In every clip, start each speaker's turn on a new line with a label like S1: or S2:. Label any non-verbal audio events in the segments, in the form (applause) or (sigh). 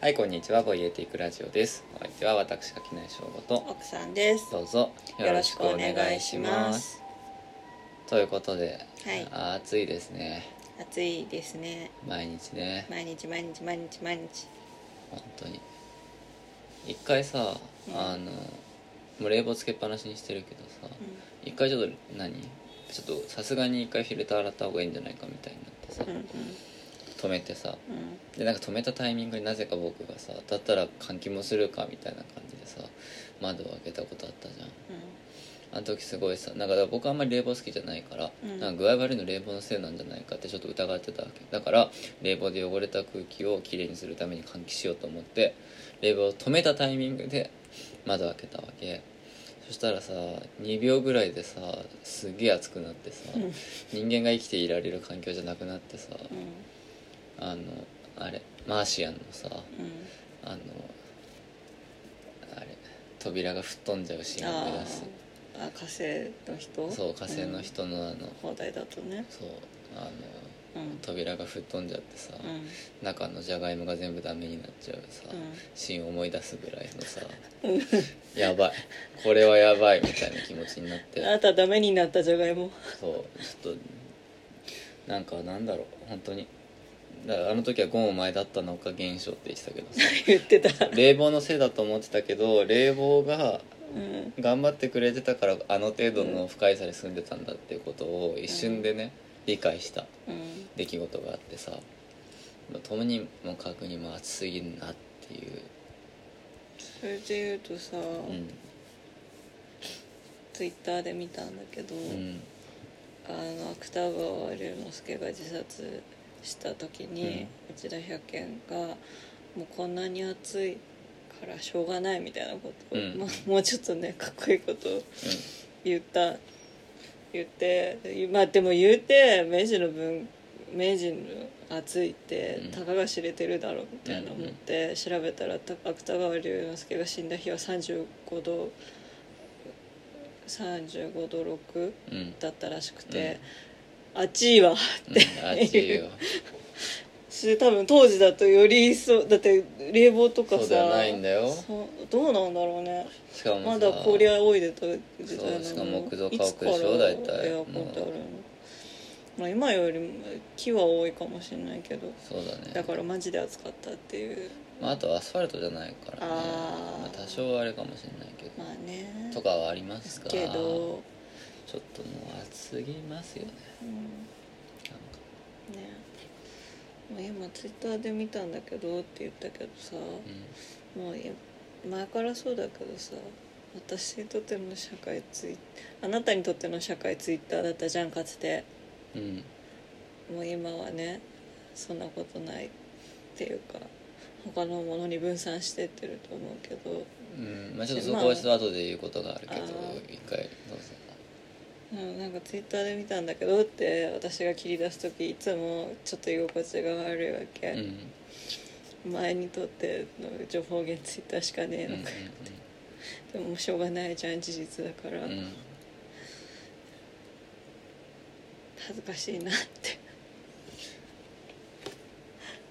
S1: はいこんにちはボイエティクラジオですお相手は私垣内翔吾と
S2: 奥さんです。は
S1: どうぞよ
S2: よ
S1: ろ
S2: ろ
S1: し
S2: し
S1: く
S2: く
S1: お
S2: お
S1: 願
S2: 願
S1: い
S2: い
S1: し
S2: し
S1: ま
S2: ますす
S1: ということで、
S2: い、
S1: あー暑いですね
S2: 暑いですね。
S1: 毎日ね
S2: 毎日毎日毎日毎日。
S1: 本当に一回さ
S2: うん
S1: あのもう冷房つけっぱなしにしてるけどさ一回ちょっと何ちょっとさすがに一回フィルター洗った方がいいんじゃないかみたいになってさ
S2: うん、うん、
S1: 止めてさ
S2: うん、
S1: でなんか止めたタイミングになぜか僕がさだったら換気もするかみたいな感じでさ窓を開けたことあったじゃんあの時すごいさなんかだから僕あんまり冷房好きじゃないから、
S2: うん
S1: なんか具合悪いの冷房のせいなんじゃないかってちょっと疑ってたわけだから冷房で汚れた空気をきれいにするために換気しようと思って冷房を止めたタイミングで窓を開けたわけそしたらさ2秒ぐらいでさすげえ暑くなってさ、
S2: うん、うん、
S1: 人間が生きていられる環境じゃなくなってさ
S2: うん、
S1: あのあれマーシアンのさ
S2: うん。
S1: あのあれ扉が吹っ飛んじゃうシーンを思い
S2: あ
S1: 出す
S2: ーあ、火星の人。
S1: そう火星の
S2: うん。
S1: 人のあの、
S2: 放題だとね。
S1: そうあの
S2: うん、うん、
S1: 扉が吹っ飛んじゃってさ、中のじゃがいもが全部ダメになっちゃうさ、シーンを思い出すぐらいの (laughs) さ
S2: うん、
S1: やばいこれはやばいみたいな気持ちになっ
S2: う
S1: て
S2: ん。あなたダメになったじゃがいも。 (laughs)
S1: そうちょっとなんかなんだろう本当にだからあの時はゴンお前だったのか現象って言ってたけど (laughs) さ
S2: 言ってた。
S1: 冷房のせいだと思ってたけど冷房が
S2: うん、
S1: 頑張ってくれてたからあの程度の不快さに住んでたんだっていうことを一瞬でね、理解した
S2: うん、
S1: 出来事があってさともにもかくにも暑すぎるなっていう、
S2: それで言うとさ、
S1: うん
S2: ツイッターで見たんだけど。
S1: うん
S2: あの芥川龍之介が自殺した時に、内田百軒が「もうこんなに暑いからしょうがない」みたいなことを、
S1: うん
S2: まもうちょっとねかっこいいことを言った言ってまあでも言うて明治の文明治の暑いって
S1: うん
S2: たかが知れてるだろうみたいな思って調べたらた芥川龍之介が死んだ日は35度35度6。
S1: うんうん
S2: だったらしくて「あっちいわ」
S1: うん暑いよ
S2: し多分当時だとより一層だって冷房とかさ
S1: そうじゃないんだよ
S2: そうどうなんだろうね
S1: しかもさ
S2: まだ氷あおいでた時代なのに
S1: そうしかも木造家
S2: い
S1: 屋
S2: つから
S1: でしょ大体
S2: エアコンってあるの、まあ、今よりも木は多いかもしれないけど
S1: そうだね
S2: だからマジで暑かったっていう
S1: まあ、あとはアスファルトじゃないからね
S2: あー
S1: まあ、多少はあれかもしれないけど、
S2: まあね
S1: とかはありま
S2: ですす
S1: が
S2: けど、
S1: ちょっともう暑すぎますよね
S2: うん
S1: なんか
S2: ねまあ今ツイッターで見たんだけどって言ったけどさ、
S1: う
S2: もうや前からそうだけどさ私にとっての社会ツイあなたにとっての社会ツイッターだったじゃんかつて
S1: んうん
S2: もう今はねそんなことないっていうか他のものに分散してってると思うけど
S1: うんまあ、ちょっとそこはちょっと後で言うことがあるけど
S2: あー
S1: 一回どうぞ
S2: うんなんかツイッターで見たんだけどって私が切り出す時いつもちょっと居心地が悪いわ
S1: うんうん
S2: け、前にとっての情報源ツイッターしかねえのか、でもしょうがないじゃん事実だから、
S1: うんうんうん
S2: 恥ずかしいなって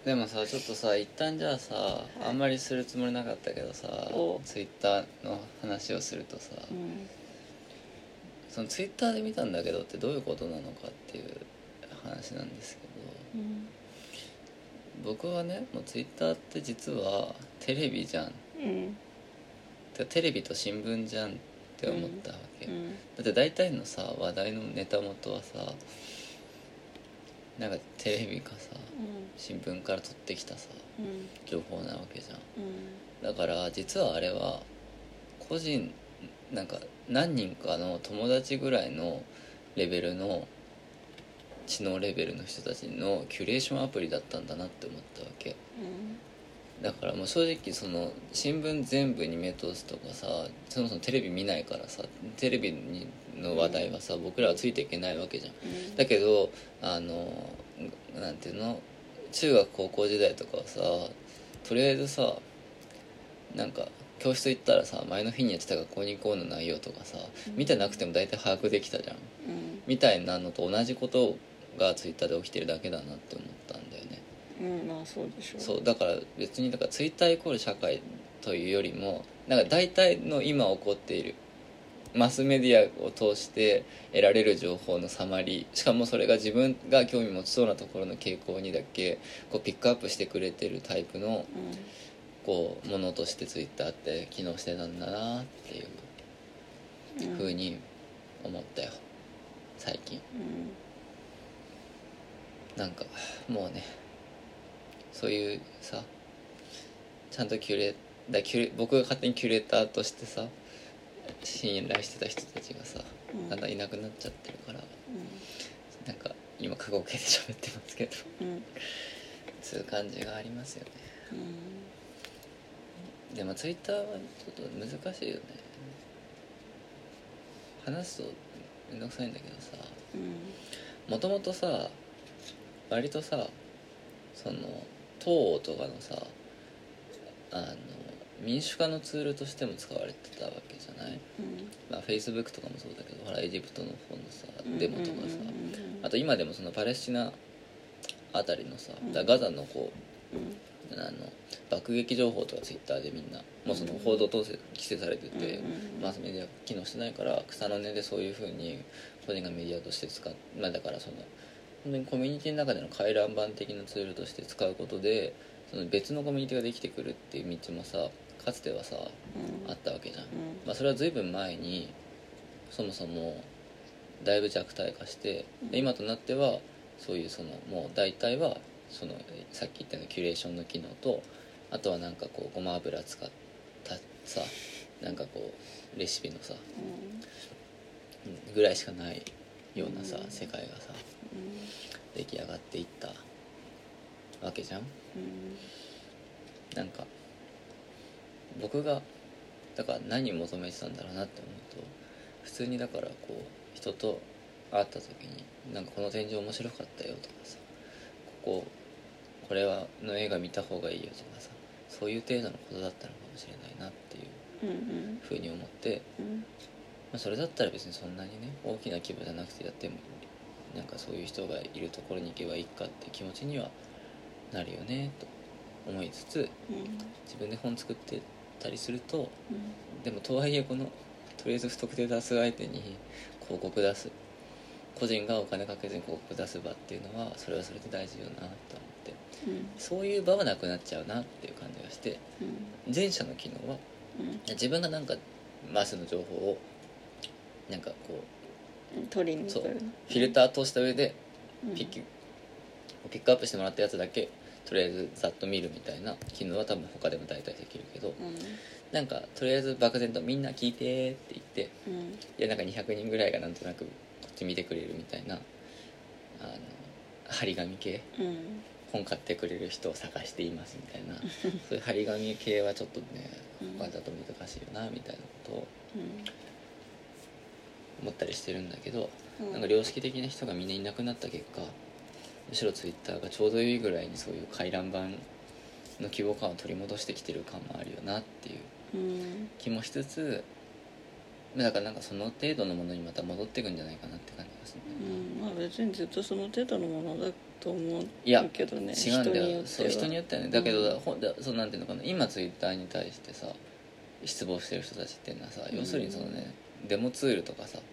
S1: でもさちょっとさ一旦じゃあさ、
S2: い
S1: あんまりするつもりなかったけどさ
S2: お
S1: ツイッターの話をするとさ、
S2: うん
S1: そのツイッターで見たんだけどってどういうことなのかっていう話なんですけど
S2: うん
S1: 僕はねもうツイッターって実はテレビじゃん
S2: うん
S1: てかテレビと新聞じゃんって思ったわけ、
S2: う
S1: だ
S2: ん
S1: って大体のさ話題のネタ元はさなんかテレビかさ新聞から取ってきたさ
S2: うんうん
S1: 情報なわけじゃん
S2: う
S1: だ
S2: ん
S1: から実はあれは個人なんか何人かの友達ぐらいのレベルの知能レベルの人たちのキュレーションアプリだったんだなって思ったわけ
S2: うん
S1: だからもう正直その新聞全部に目通すとかさそもそもテレビ見ないからさテレビにの話題はさ僕らはついていけないわけじゃん
S2: うん
S1: だけどあのなんていうの中学高校時代とかはさとりあえずさなんか教室行ったらさ前の日にやってた学校に行こうの内容とかさ
S2: うん
S1: 見てなくても大体把握できたじゃん
S2: うん
S1: みたいなのと同じことがツイッターで起きてるだけだなって思ったんだよね
S2: ううんまあそうでしょ
S1: そうだから別にだからツイッターイコール社会というよりもなんか大体の今起こっているマスメディアを通して得られる情報のサマリーしかもそれが自分が興味持ちそうなところの傾向にだけこうピックアップしてくれてるタイプの
S2: うん
S1: こうものとしてツイッターって機能してたんだなっていう
S2: うん
S1: ふうに思ったよ最近
S2: うん
S1: なんかもうねそういうさちゃんとキュレだキュレ僕が勝手にキュレーターとしてさ信頼してた人たちがさ
S2: うん
S1: だんだんいなくなっちゃってるから
S2: う
S1: なんか今過去形で喋ってますけど (laughs)
S2: んうん
S1: そういう感じがありますよね
S2: うん
S1: でもツイッターはちょっと難しいよね話すとめんどくさいんだけどさ
S2: うん
S1: もともとさ割とさその東欧とかのさあの民主化のツールとしても使われてたわけじゃない、
S2: うん
S1: まあ、Facebook とかもそうだけどほらエジプトの方のさデモとかさ
S2: うんうんうん
S1: あと今でもそのパレスチナあたりのさ
S2: うん
S1: だガザのこう
S2: うん
S1: あの爆撃情報とか Twitter でみんなもうその報道統制規制されてて、
S2: うんうん
S1: マスメディアが機能してないから草の根でそういうふうに個人がメディアとして使っ、まあ、だからその本当にコミュニティの中での回覧板的なツールとして使うことでその別のコミュニティができてくるっていう道もさかつてはさ
S2: うん
S1: あったわけじゃん、
S2: うん
S1: まあ、それは随分前にそもそもだいぶ弱体化してで今となってはそういうそのもう大体はそのさっき言ったようなキュレーションの機能とあとはなんかこうごま油使ったさなんかこうレシピのさぐらいしかないようなさ
S2: うん
S1: 世界がさ
S2: うん
S1: 出来上がっていったわけじゃん
S2: うん
S1: なんか僕がだから何求めてたんだろうなって思うと普通にだからこう人と会った時に「なんかこの展示面白かったよ」とかさ「こここれはの映画見た方がいいよ」とかさそういう程度のことだったのかもしれないなっていう
S2: うんうん
S1: ふうに思って、
S2: うん
S1: まあ、それだったら別にそんなにね大きな規模じゃなくてやってもなんかそういう人がいるところに行けばいいかって気持ちにはなるよねと思いつつ
S2: うん
S1: 自分で本作ってたりすると
S2: うん
S1: でもとはいえこのとりあえず不特定多数相手に広告出す個人がお金かけずに広告出す場っていうのはそれはそれで大事よなと思って
S2: うん
S1: そういう場はなくなっちゃうなっていう感じがして
S2: うん
S1: 前者の機能は
S2: うん
S1: 自分がなんかマスの情報をなんかこ
S2: うん取りに来るの
S1: うフィルター通した上で
S2: うん
S1: ピックピックアップしてもらったやつだけとりあえずざっと見るみたいな機能は多分他でも大体できるけど、
S2: うん
S1: なんかとりあえず漠然と「みんな聞いて」って言って
S2: うん
S1: いやなんか200人ぐらいがなんとなくこっち見てくれるみたいなあの張り紙系
S2: うん
S1: 本買ってくれる人を探していますみたい
S2: (laughs)
S1: なそういう張り紙系はちょっとね
S2: うん
S1: 他だと難しいよなみたいなことを
S2: うん
S1: 思ったりしてるんだけど
S2: うん
S1: なんか良識的な人がみんないなくなった結果むしろツイッターがちょうどいいぐらいにそういう回覧板の規模感を取り戻してきてる感もあるよなっていう
S2: うん
S1: 気もしつつまあだからなんかその程度のものにまた戻っていくんじゃないかなって感じがするね、
S2: うんまあ別にずっとその程度のものだと思う
S1: いや
S2: けどね
S1: 違うんだよそう人
S2: 人
S1: に
S2: によ
S1: よ
S2: っ
S1: ってはねだけど、
S2: う
S1: ほんだそうなんていうのかな今ツイッターに対してさ失望してる人たちっていうのはさ、
S2: うん
S1: 要するにそのねデモツールとかさ
S2: ては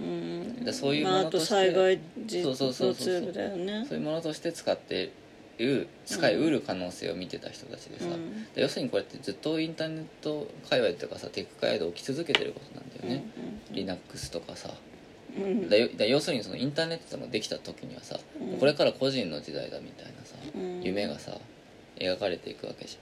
S2: うん
S1: だそういうも
S2: まあ
S1: の
S2: あ
S1: と
S2: と
S1: して
S2: 災害時
S1: そう
S2: の
S1: そ
S2: ツ
S1: うそうそう
S2: ールだよね
S1: そういうものとして使っている使いうる可能性を見てた人たちでさ、
S2: うん
S1: で要するにこれってずっとインターネット界隈とかさテック界隈で起き続けてることなんだよね、Linux とかさ、
S2: うん
S1: だよだ要するにそのインターネットができた時にはさ、
S2: うん
S1: これから個人の時代だみたいなさ、
S2: うん
S1: 夢がさ描かれていくわけじ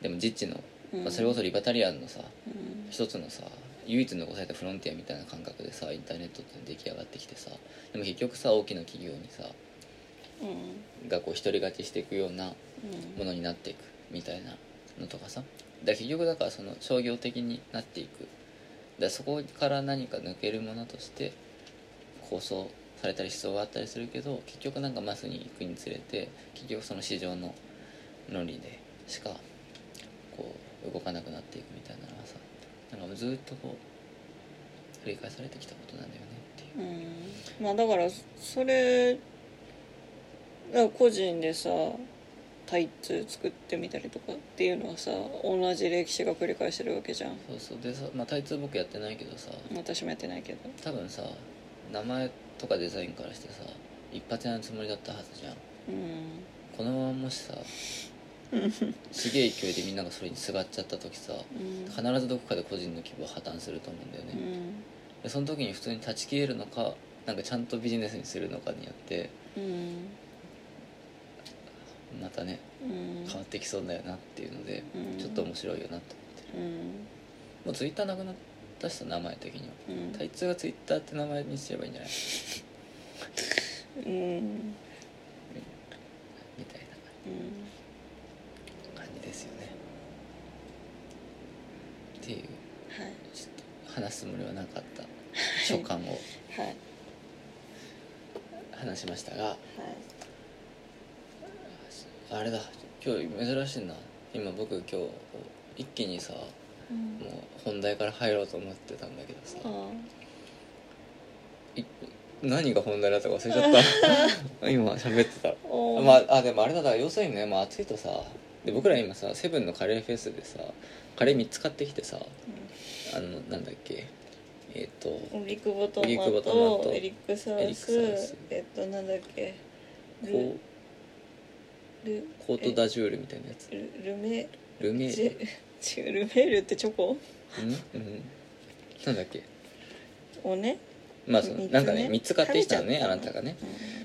S1: ゃんでも実地の、
S2: うん
S1: まあそれこそリバタリアンのさ
S2: うん
S1: 一つのさ唯一残されたフロンティアみたいな感覚でさインターネットって出来上がってきてさでも結局さ大きな企業にさ
S2: うん
S1: がこう独り勝ちしていくような
S2: うん
S1: ものになっていくみたいなのとかさだから結局だからその商業的になっていくだからそこから何か抜けるものとして構想されたり思想があったりするけど結局なんかマスに行くにつれて結局その市場の論理でしかこう動かなくなっていくみたいなのはさなんかもうずっとこう繰り返されてきたことなんだよねっていう。
S2: うんまあだからそれだから個人でさイツ作ってみたりとかっていうのはさ同じ歴史が繰り返してるわけじゃん
S1: そうそうでさ、まあ、タイツ僕やってないけどさ
S2: 私もやってないけど
S1: 多分さ名前とかデザインからしてさ一発屋のつもりだったはずじゃん
S2: うん
S1: このままもし
S2: (laughs)
S1: さすげえ勢いでみんながそれにすがっちゃった時さ
S2: うん
S1: 必ずどこかで個人の規模は破綻すると思うんだよ
S2: う
S1: ね、
S2: ん
S1: でその時に普通に断ち切れるのかなんかちゃんとビジネスにするのかによって
S2: うん
S1: またね
S2: うん
S1: 変わってきそうだよなっていうので、
S2: うん
S1: ちょっと面白いよなと思ってる
S2: うん
S1: もうツイッターなくなったしさ名前的には
S2: うん
S1: タイツがツイッターって名前にすればいいんじゃない
S2: うん
S1: みたい
S2: うん
S1: な感じですよねっていう
S2: はい
S1: ちょっと話すつもりはなかった所感を
S2: はいはい
S1: 話しましたがあれだ今日珍しいな今僕今日一気にさも
S2: うん
S1: う本題から入ろうと思ってたんだけどさ
S2: あ
S1: い何が本題だったか忘れちゃった
S2: (laughs)
S1: 今喋ってた
S2: ーおー
S1: まあ、あでもあれだだから要するにね、まあ、暑いとさで僕ら今さセブンのカレーフェスでさカレー3つ買ってきてさあのなんだっけえっ、と
S2: うんリクボトマ
S1: リクボト
S2: ト
S1: マト
S2: エリックサ
S1: エリッ
S2: ウ
S1: クサウ
S2: ス
S1: ス
S2: えっとなんだっけ
S1: コ
S2: ルル
S1: ーコートダジュールみたいなやつ
S2: ルルメ
S1: ルメー
S2: ジ
S1: ル
S2: ェ違うルメールってチョコ
S1: うん、うん、なんだっけ
S2: をね
S1: まあその、
S2: 三つね
S1: なんかね3つ買ってきたのね
S2: 食べちゃ
S1: あ
S2: った
S1: なたがね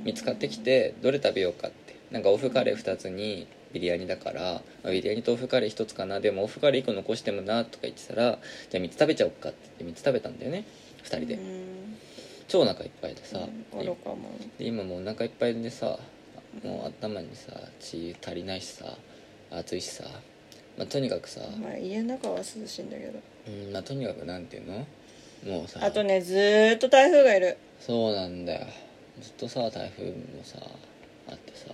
S1: 3つ買ってきてどれ食べようかってなんかオフカレー2つにビリヤニだから、まあビリヤニとオフカレー1つかなでもオフカレー1個残してもなとか言ってたらじゃあ3つ食べちゃおうかって言って3つ食べたんだよね2人で、
S2: うん
S1: 超お腹いっぱいでさ、
S2: うん愚かも
S1: で今もうお腹いっぱいでさもう頭にさ血足りないしさ暑いしさ、まあ、とにかくさ、
S2: まあ家の中は涼しいんだけど
S1: うんまあ、とにかくなんていうのもうさ
S2: あとねずーっと台風がいる
S1: そうなんだよずっとさ台風もさあってさ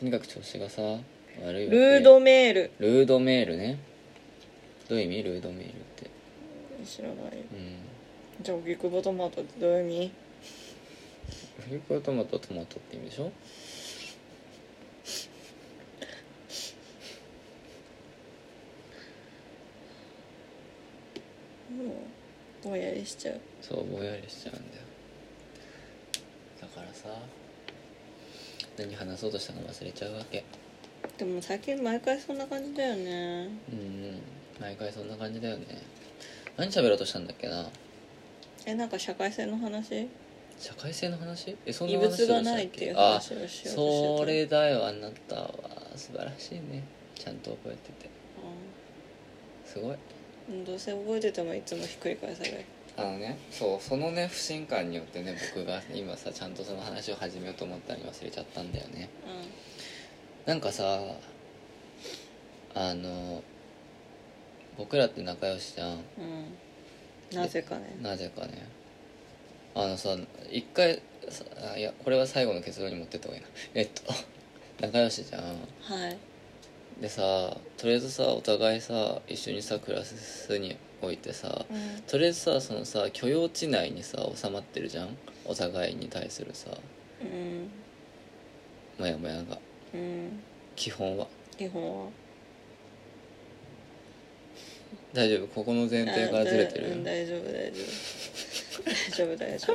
S1: とにかく調子がさ悪いわけ
S2: ルードメール
S1: ルードメールねどういう意味ルードメールって
S2: 知らない
S1: うん
S2: じゃあ荻窪トマトってどういう意味
S1: フリコトマトトマトって意味でしょ
S2: もうぼんやりしちゃう
S1: そうぼんやりしちゃうんだよだからさ何話そうとしたの忘れちゃうわけ
S2: でも最近毎回そんな感じだよね
S1: うんうん毎回そんな感じだよね何喋ろうとしたんだっけな
S2: えなんか社会性の話
S1: 社会性の話えそん
S2: 異
S1: な
S2: 物
S1: 話し
S2: が
S1: たっ
S2: な
S1: け
S2: いっていう
S1: あ
S2: 話をしようとしてた
S1: それだよあなたは素晴らしいねちゃんと覚えててすごい
S2: うんどうせ覚えててもいつもひっくり返される
S1: あのねそうそのね不信感によってね僕が今さちゃんとその話を始めようと思ったのに忘れちゃったんだよねなんかさあの僕らって仲良しじゃん
S2: うんうんなぜかね
S1: なぜかねあのさ一回さあいやこれは最後の結論に持ってった方がいいなえっと (laughs) 仲良しじゃん
S2: はい
S1: でさとりあえずさお互いさ一緒にさ暮らすにおいてさ
S2: うん
S1: とりあえずさそのさ許容地内にさ収まってるじゃんお互いに対するさ
S2: うん
S1: モヤモヤが
S2: うん
S1: 基本は
S2: 基本は
S1: 大丈夫ここの前提からずれて
S2: あうん
S1: る
S2: 大丈夫大丈夫大丈夫大丈 (laughs)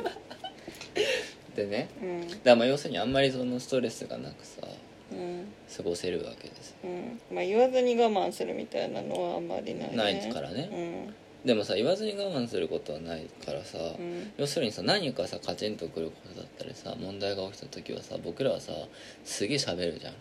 S2: 夫
S1: でね
S2: うん
S1: だからまあ要するにあんまりそのストレスがなくさ
S2: うん
S1: 過ごせるわけです
S2: うんまあ言わずに我慢するみたいなのはあんまりないね
S1: ないからねでもさ言わずに我慢することはないからさ
S2: うんうん
S1: 要するにさ何かさカチンとくることだったりさ問題が起きた時はさ僕らはさすげえ喋るじゃん
S2: うん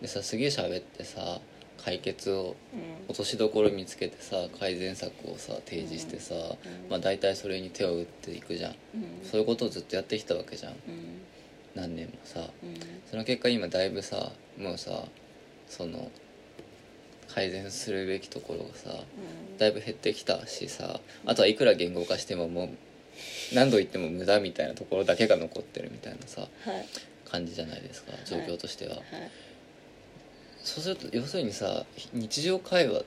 S1: でさすげえ喋ってさ解決を
S2: うん
S1: 落としどころ見つけてさ改善策をさ提示してさ、
S2: うん
S1: まあ、大体それに手を打っていくじゃん
S2: うん
S1: そういうことをずっとやってきたわけじゃん
S2: うん
S1: 何年もさ
S2: うん
S1: その結果今だいぶさもうさその改善するべきところがさ
S2: うん
S1: だいぶ減ってきたしさあとはいくら言語化してももう何度言っても無駄みたいなところだけが残ってるみたいなさ
S2: はいはい
S1: 感じじゃないですか状況としては、そうすると要するにさ日常会話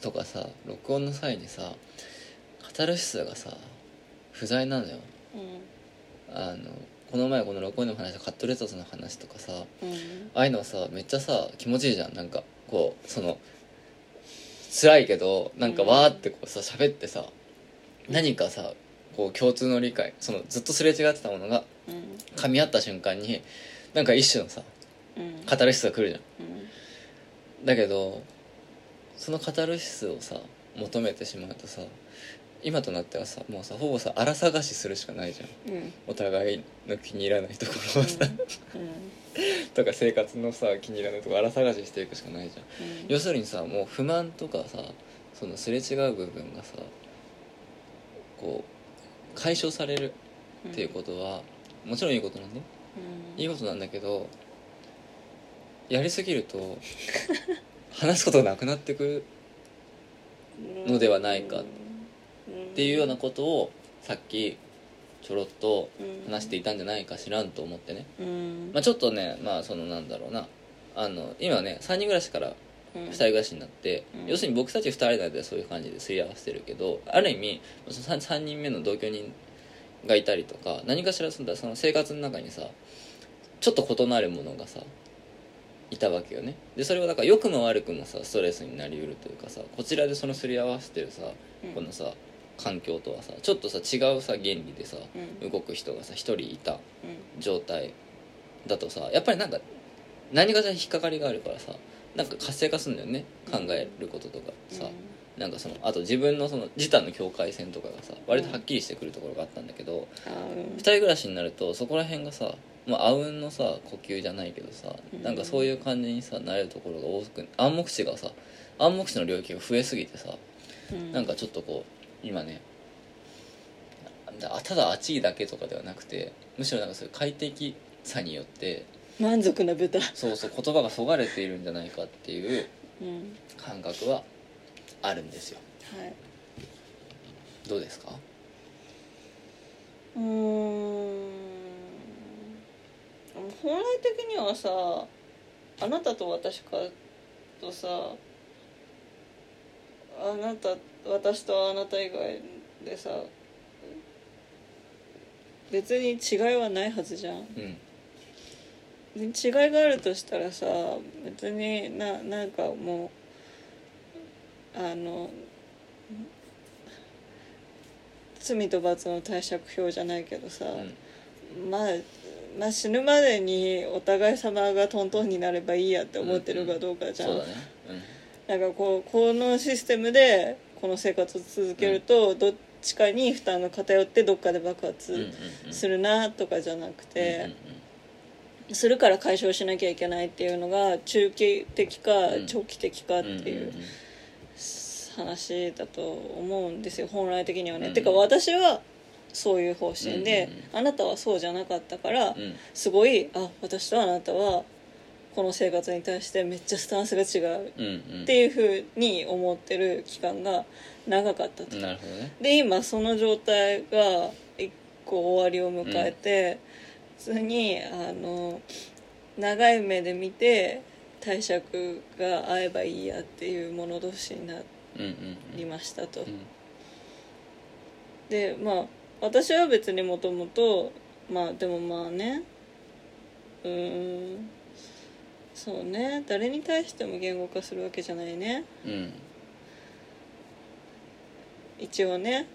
S1: とかさ録音の際にさカタルシスがさ不在なのよ
S2: うん
S1: あのこの前この録音でも話したカットレタスの話とかさ
S2: うん
S1: ああいうのさめっちゃさ気持ちいいじゃんなんかこうその辛いけどなんか
S2: うん
S1: わーってこうさ喋ってさ何かさこう共通の理解そのずっとすれ違ってたものが
S2: うん
S1: 噛み合った瞬間になんか一種のさ
S2: うん
S1: カタルシスが来るじゃん
S2: うん
S1: だけどそのカタルシスをさ求めてしまうとさ今となってはさもうさほぼさ荒探しするしかないじゃん
S2: うん
S1: お互いの気に入らないところをさ、
S2: うん
S1: とか生活のさ気に入らないところ荒探ししていくしかないじゃん
S2: うん
S1: 要するにさもう不満とかさそのすれ違う部分がさこう解消されるっていうことは、もちろんいいことなんだよ
S2: うん
S1: いいことなんだけどやりすぎると話すことなくなってくるのではないかっていうようなことをさっきちょろっと話していたんじゃないかしらんと思ってね、
S2: うん
S1: まあ、ちょっとねまあそのなんだろうなあの今ね3人暮らしから2人暮らしになって、
S2: うん
S1: 要するに僕たち2人の間でそういう感じですり合わせてるけどある意味その 3, 3人目の同居人がいたりとか何かしらそのその生活の中にさちょっと異なるものがさいたわけよねでそれはだから良くも悪くもさストレスになりうるというかさこちらでそのすり合わせてるさ
S2: うん
S1: このさ環境とはさちょっとさ違うさ原理でさ
S2: うん
S1: 動く人がさ1人いた
S2: うん
S1: 状態だとさやっぱりなんか何かしら引っかかりがあるからさなんか活性化するんだよね考えることとかさ、なんかそのあと自分のその自他の境界線とかがさ割とはっきりしてくるところがあったんだけど、
S2: あうん
S1: 二人暮らしになるとそこら辺がさまああうんのさ呼吸じゃないけどさ
S2: うん
S1: なんかそういう感じにさなれるところが多く暗黙知がさ暗黙知の領域が増えすぎてさ
S2: うん
S1: なんかちょっとこう今ねあただ暑いだけとかではなくてむしろなんかそういう快適さによって
S2: 満足な豚
S1: そうそう言葉がそがれているんじゃないかっていう
S2: うん
S1: 感覚はあるんですよ
S2: はい
S1: どうですか
S2: うーん本来的にはさあなたと私かとさあなた私とあなた以外でさ別に違いはないはずじゃん
S1: うん
S2: 違いがあるとしたらさ別にななんかもうあのん罪と罰の貸借表じゃないけどさ、
S1: うん
S2: まあまあ死ぬまでにお互い様がトントンになればいいやって思ってるかどうかじゃん、
S1: そうだね
S2: なんかこうこのシステムでこの生活を続けると、どっちかに負担が偏ってどっかで爆
S1: うんうんうん
S2: 発
S1: うん
S2: するなとかじゃなくて、
S1: うんうん
S2: するから解消しなきゃいけないっていうのが中期的か
S1: うん
S2: 長期的かって
S1: うん
S2: いうん
S1: んん
S2: 話だと思うんですよ本来的にはね。
S1: うん
S2: てか私はそういう方針で、
S1: うんうん
S2: あなたはそうじゃなかったから、
S1: うん
S2: すごいあ私とあなたはこの生活に対してめっちゃスタンスが違う
S1: うんうん
S2: っていうふうに思ってる期間が長かったと。
S1: なるほどね
S2: で今その状態が一個終わりを迎えて、普通にあの長い目で見て貸借が合えばいいやっていうもの同士にな
S1: うんうん
S2: りました
S1: う
S2: と、
S1: ん
S2: でまあ私は別にもともとまあでもまあねうーんそうね誰に対しても言語化するわけじゃないね
S1: うんうん
S2: 一応ね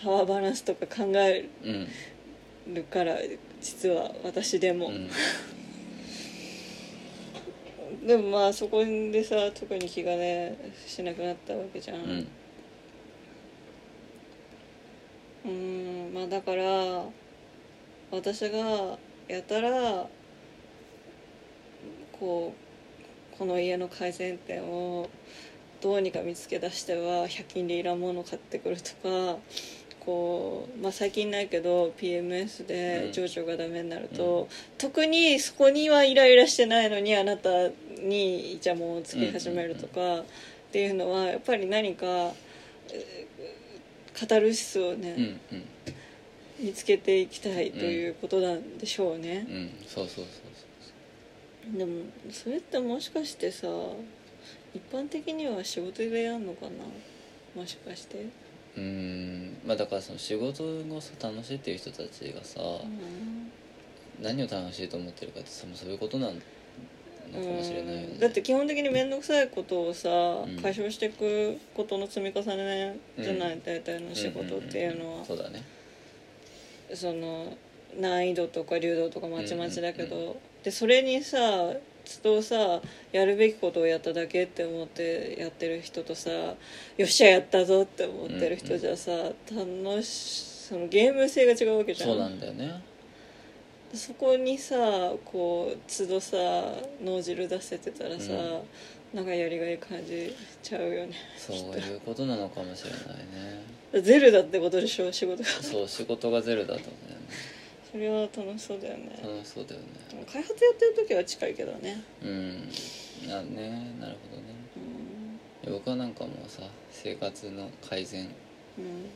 S2: パワーバランスとか考え
S1: うん
S2: るから実は私でも、
S1: うん
S2: でもまあそこでさ特に気がねしなくなったわけじゃん
S1: うんうん
S2: うーんまあだから私がやたらこうこの家の改善点をどうにか見つけ出しては100均でいらんもの買ってくるとかこう、まあ、最近ないけど PMS
S1: う
S2: で
S1: ん
S2: 情緒がダメになると、特にそこにはイライラしてないのにあなたにイチャモンをつけ始めるとかっていうのはやっぱり何かえーカタルシスをね、
S1: うん
S2: 見つけていきたいということなんでしょうね
S1: う、んそうそうそう
S2: でもそれってもしかしてさ一般的には仕事でやんのかなもしかして
S1: そううんまあだからその仕事をさ楽しいっていう人たちがさ
S2: うん
S1: 何を楽しいと思ってるかってさもうそういうことなのかもしれないよね
S2: うんだって基本的に面倒くさいことをさ、
S1: ん
S2: 解消していくことの積み重ねじゃない、大体の仕事っていうのは、
S1: んんんそうだね
S2: その難易度とか流動とかまちまちだけど、でそれにさつとさやるべきことをやっただけって思ってやってる人とさよっしゃやったぞって思ってる人じゃさ、楽しそのゲーム性が違うわけじゃん
S1: そうなんだよね
S2: そこにさこう都度さ脳汁出せてたらさ、なんかやりがい感じちゃうよね
S1: そういうことなのかもしれないね
S2: ゼルだってことでしょ仕事が
S1: そう仕事がゼロだと思うよね
S2: それは楽しそうだよね
S1: 楽しそうだよね
S2: でも開発やってる時は近いけどね
S1: うんなねなるほどね
S2: うん
S1: 僕はなんかもうさ生活の改善
S2: うん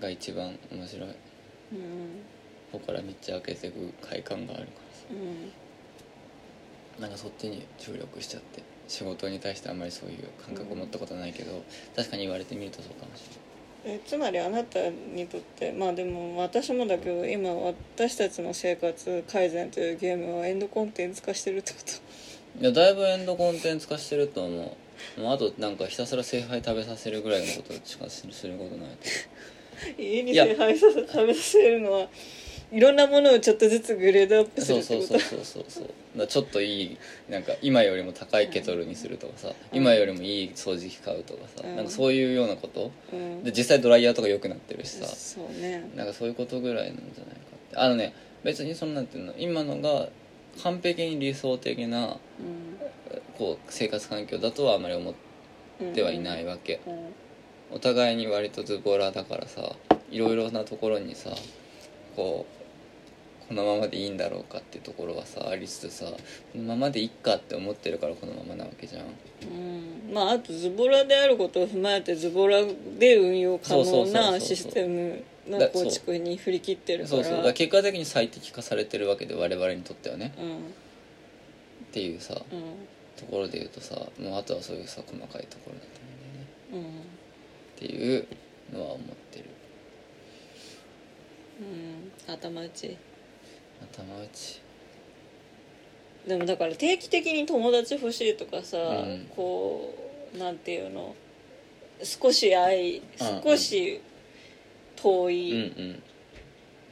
S1: が一番面白い
S2: うん
S1: ここから道開けていく快感があるからさ
S2: うん
S1: なんかそっちに注力しちゃって仕事に対してあんまりそういう感覚を持ったことないけど、確かに言われてみるとそうかもし
S2: えつまりあなたにとってまあでも私もだけど今私たちの生活改善というゲームはエンドコンテンツ化してるってこ
S1: れないいやだいぶエンドコンテンツ化してると思うもうあとなんかひたすら聖杯食べさせるぐらいのことしかするすることない
S2: と家に
S1: いや
S2: 聖杯させ食べさせるのはいろんなものをちょっとずつグレードアップする
S1: そう
S2: って
S1: そう
S2: こ
S1: そう
S2: と
S1: そうそうそうだからちょっといいなんか今よりも高いケトルにするとかさ、今よりもいい掃除機買うとかさ、
S2: うん
S1: なんかそういうようなこと
S2: うん
S1: で実際ドライヤーとか良くなってるしさ
S2: そうね
S1: なんかそういうことぐらいなんじゃないかってあのね別にそのなんていうの今のが完璧に理想的な
S2: うん
S1: こう生活環境だとはあまり思ってはいないわけ、お互いに割とズボラだからさいろいろなところにさこうこのままでいいんだろうかっていうところはさありつつさこのままでいっかって思ってるからこのままなわけじゃん
S2: うんまああとズボラであることを踏まえてズボラで運用可
S1: そう
S2: 能
S1: そうそうそう
S2: なシステムの
S1: だそう
S2: 構築に振り切ってるか
S1: そう
S2: ら
S1: そうだから結果的に最適化されてるわけで我々にとってはね
S2: うん
S1: っていうさ
S2: うん
S1: ところで言うとさもうあとはそういうさ細かいところだと思うんだよね
S2: うん
S1: っていうのは思ってる
S2: うん頭打ち
S1: 頭打ち
S2: でもだから定期的に友達欲しいとかさ、
S1: うん
S2: こうなんていうの少し愛
S1: うん
S2: 少し遠
S1: うんう
S2: い
S1: ん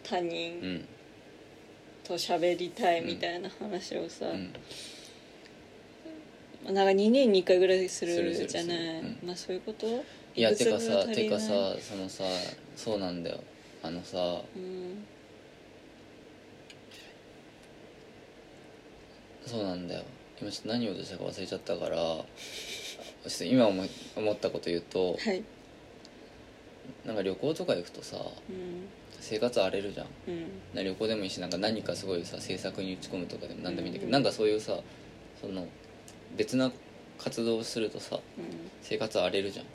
S2: 他
S1: う
S2: 人
S1: ん
S2: と喋りたいみたいな話をさ、
S1: うん
S2: なんか2年に1回ぐらいす
S1: するす
S2: る
S1: る
S2: じゃない
S1: するうん
S2: まあそういうこと
S1: いや
S2: いくつ
S1: てか
S2: 分
S1: さ
S2: 足
S1: て
S2: りな
S1: か
S2: い
S1: さそのさそうなんだよあのさ
S2: うん
S1: そうなんだよ今ちょっと何を言おうとしたか忘れちゃったからちょっと今思い思ったこと言うと
S2: はい
S1: なんか旅行とか行くとさ
S2: うん
S1: 生活荒れるじゃん
S2: うん
S1: な旅行でもいいしなんか何かすごいさ制作に打ち込むとかでも何でもいいんだけど、
S2: うん
S1: なんかそういうさその別な活動をするとさ生活荒れるじゃん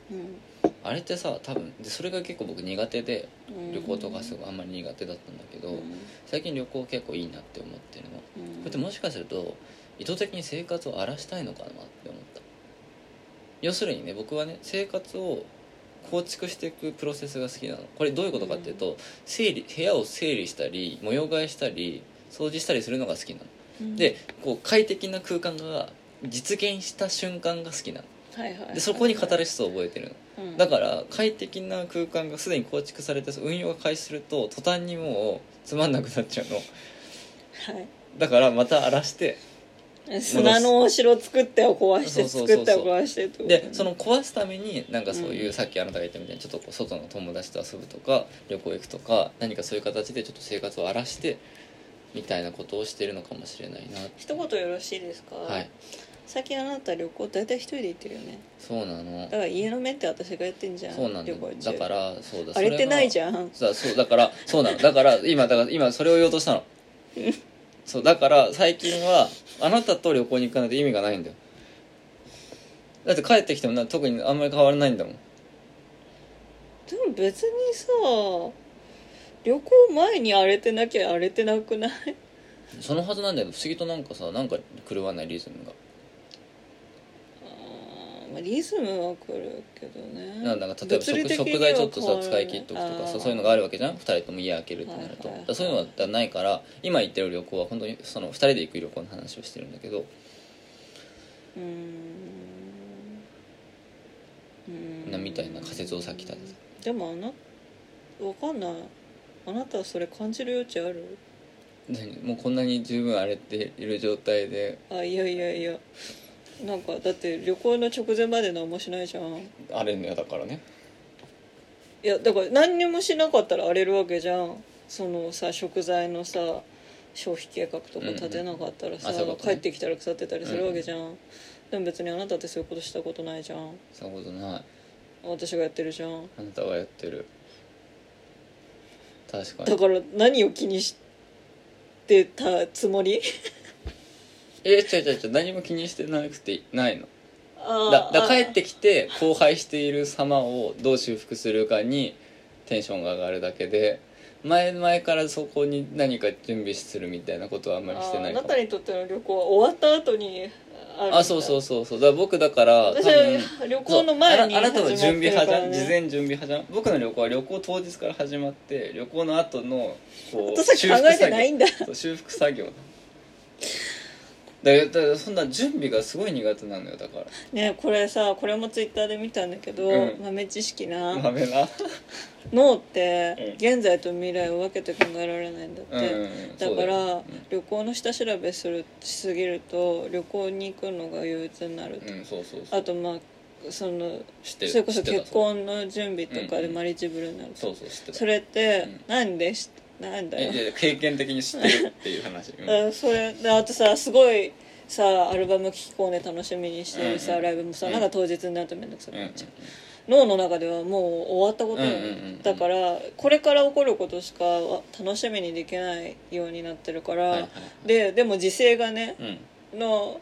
S2: うん
S1: あれってさ多分でそれが結構僕苦手で
S2: うん
S1: 旅行とかすごいあんまり苦手だったんだけど、
S2: うん
S1: 最近旅行結構いいなって思ってるのこ
S2: うん
S1: れってもしかすると意図的に生活を荒らしたいのかなって思った要するにね僕はね生活を構築していくプロセスが好きなのこれどういうことかっていうと、整理部屋を整理したり模様替えしたり掃除したりするのが好きなの、
S2: うん
S1: でこう快適な空間が実現した瞬間が好きなの
S2: はいはいはい
S1: でそこにカタルシスを覚えてるの
S2: うん
S1: だから快適な空間がすでに構築されて運用が開始すると途端にもうつまんなくなっちゃうの
S2: はい
S1: だからまた荒らして
S2: 砂のお城作っては壊して
S1: そうそうそう
S2: 作っては壊してってことね
S1: でその壊すためになんかそういう、さっきあなたが言ったみたいにちょっとこう外の友達と遊ぶとか旅行行くとか何かそういう形でちょっと生活を荒らしてみたいなことをしてるのかもしれないな
S2: 一言よろしいですか、
S1: はい
S2: 最近あなた旅行大体一人で行ってるよね
S1: そうなの
S2: だから家の面って私がやってんじゃん
S1: そうなんだ
S2: 旅
S1: よ
S2: 行
S1: だ
S2: 中
S1: からそうだ
S2: あれってない
S1: ゃん
S2: じゃん
S1: そうだそうだからそうなのだから今だから今それを言おうとしたのそうだから最近はあなたと旅行に行かないと意味がないんだよだって帰ってきてもな特にあんまり変わらないんだもん
S2: でも別にさ旅行前に荒れてなきゃ荒れてなくない
S1: そのはずなんだけど不思議となんかさなんか狂わないリズムが
S2: あーまあ、リズムは来るけどね
S1: なんだか例えば
S2: 物理
S1: 食
S2: 的に
S1: 食
S2: は
S1: 材ちょっと
S2: 変
S1: さ
S2: わら
S1: 使
S2: ない
S1: 切っとくとか
S2: あ
S1: さ
S2: ー
S1: そういうのがあるわけじゃん2人とも家開けるってなると、
S2: はいはいは
S1: だ
S2: い
S1: からそういうのはないから今行ってる旅行は本当にその2人で行く旅行の話をしてるんだけど
S2: うーんうーん
S1: なみたいな仮説をさっき立て
S2: でもあなわかんないあなたはそれ感じる余地ある
S1: 何もうこんなに十分荒れている状態で
S2: あいやいやいやなんかだって旅行の直前まで何もしないじゃんい
S1: 荒れるのよだからね
S2: やだから何にもしなかったら荒れるわけじゃんそのさ食材のさ消費計画とか立てなかったらさ、
S1: うんうんあそういうこと
S2: 帰
S1: ね
S2: ってきたら腐ってたりするわけじゃん、でも別にあなたってそういうことしたことないじゃん
S1: そんなことない
S2: 私がやってるじゃん
S1: あなたはやってる確か
S2: だ
S1: に
S2: から何を気にしてたつもり
S1: え違う違う違う何も気にしてなくてないの
S2: あ
S1: だ
S2: ー
S1: だ帰ってきて荒廃している様をどう修復するかにテンションが上がるだけで前々からそこに何か準備するみたいなことはあんまりしてない
S2: あー
S1: か
S2: あな
S1: も
S2: たにとっての旅行は終わった後にあるんだ
S1: あそうそうそうそうだから僕だから
S2: 私
S1: 多分
S2: は旅行の前に
S1: そうあなあなたは
S2: 始ま
S1: 準
S2: っ
S1: 備
S2: てるから
S1: 派じゃん
S2: ね
S1: 事前準備派じゃん僕の旅行は旅行当日から始まって旅行の後のこう
S2: 後先考えてないんだ
S1: そう修復作業だだからそんな準備がすごい苦手なのよだから
S2: ねこれさこれもツイッターで見たんだけど、
S1: うん
S2: 豆知識な
S1: ダメな
S2: 脳って
S1: う
S2: 現在と未来を分けて考えられないんだって、
S1: うん
S2: だ
S1: そう
S2: か
S1: よ
S2: ら
S1: うん
S2: 旅行の下調べするしすぎると旅行に行くのが憂鬱になると、
S1: うん、そうそうそう
S2: あとまあその
S1: 知ってる
S2: それこ
S1: 知
S2: そ
S1: ってた
S2: 結婚の準備とか
S1: うん
S2: で
S1: うん
S2: マリッジブルーになると、
S1: そうそう知ってた
S2: それって
S1: うん
S2: なんでし、なんだ
S1: え
S2: よ
S1: いやいや経験的に知ってるっていう話、うん
S2: うんそれであとさすごいさアルバム聴き込んで楽しみにしてるさ、
S1: うんうん
S2: ライブもさ
S1: うん
S2: なんか当日になると面倒くさく
S1: うんう
S2: なっ
S1: ん
S2: ちゃう、脳の中ではもう終わったことなの、
S1: うんうんうんうん
S2: だからこれから起こることしかわ楽しみにできないようになってるから、
S1: はいはい
S2: ででも時勢がね
S1: うん
S2: の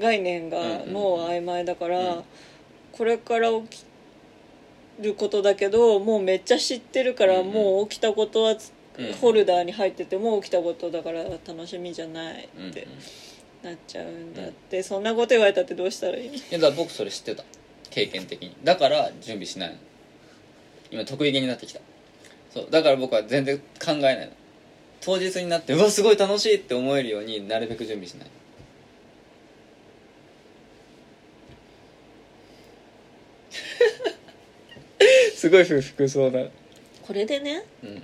S2: 概念が
S1: うんうん
S2: 脳は曖昧だから、
S1: うん
S2: これから起きることだけどもうめっちゃ知ってるから、
S1: うんうん
S2: もう起きたことはつ
S1: うん
S2: フォルダーに入っててもう起きたことだから楽しみじゃない
S1: うんうん
S2: っ
S1: い
S2: てなっちゃうんだって、そんなこと言われたってどうしたらいい
S1: やだから僕それ知ってた経験的にだから準備しないの今得意げになってきたそうだから僕は全然考えないの当日になってうわすごい楽しいって思えるようになるべく準備しない (laughs) すごい不服そうだ
S2: これでね
S1: うん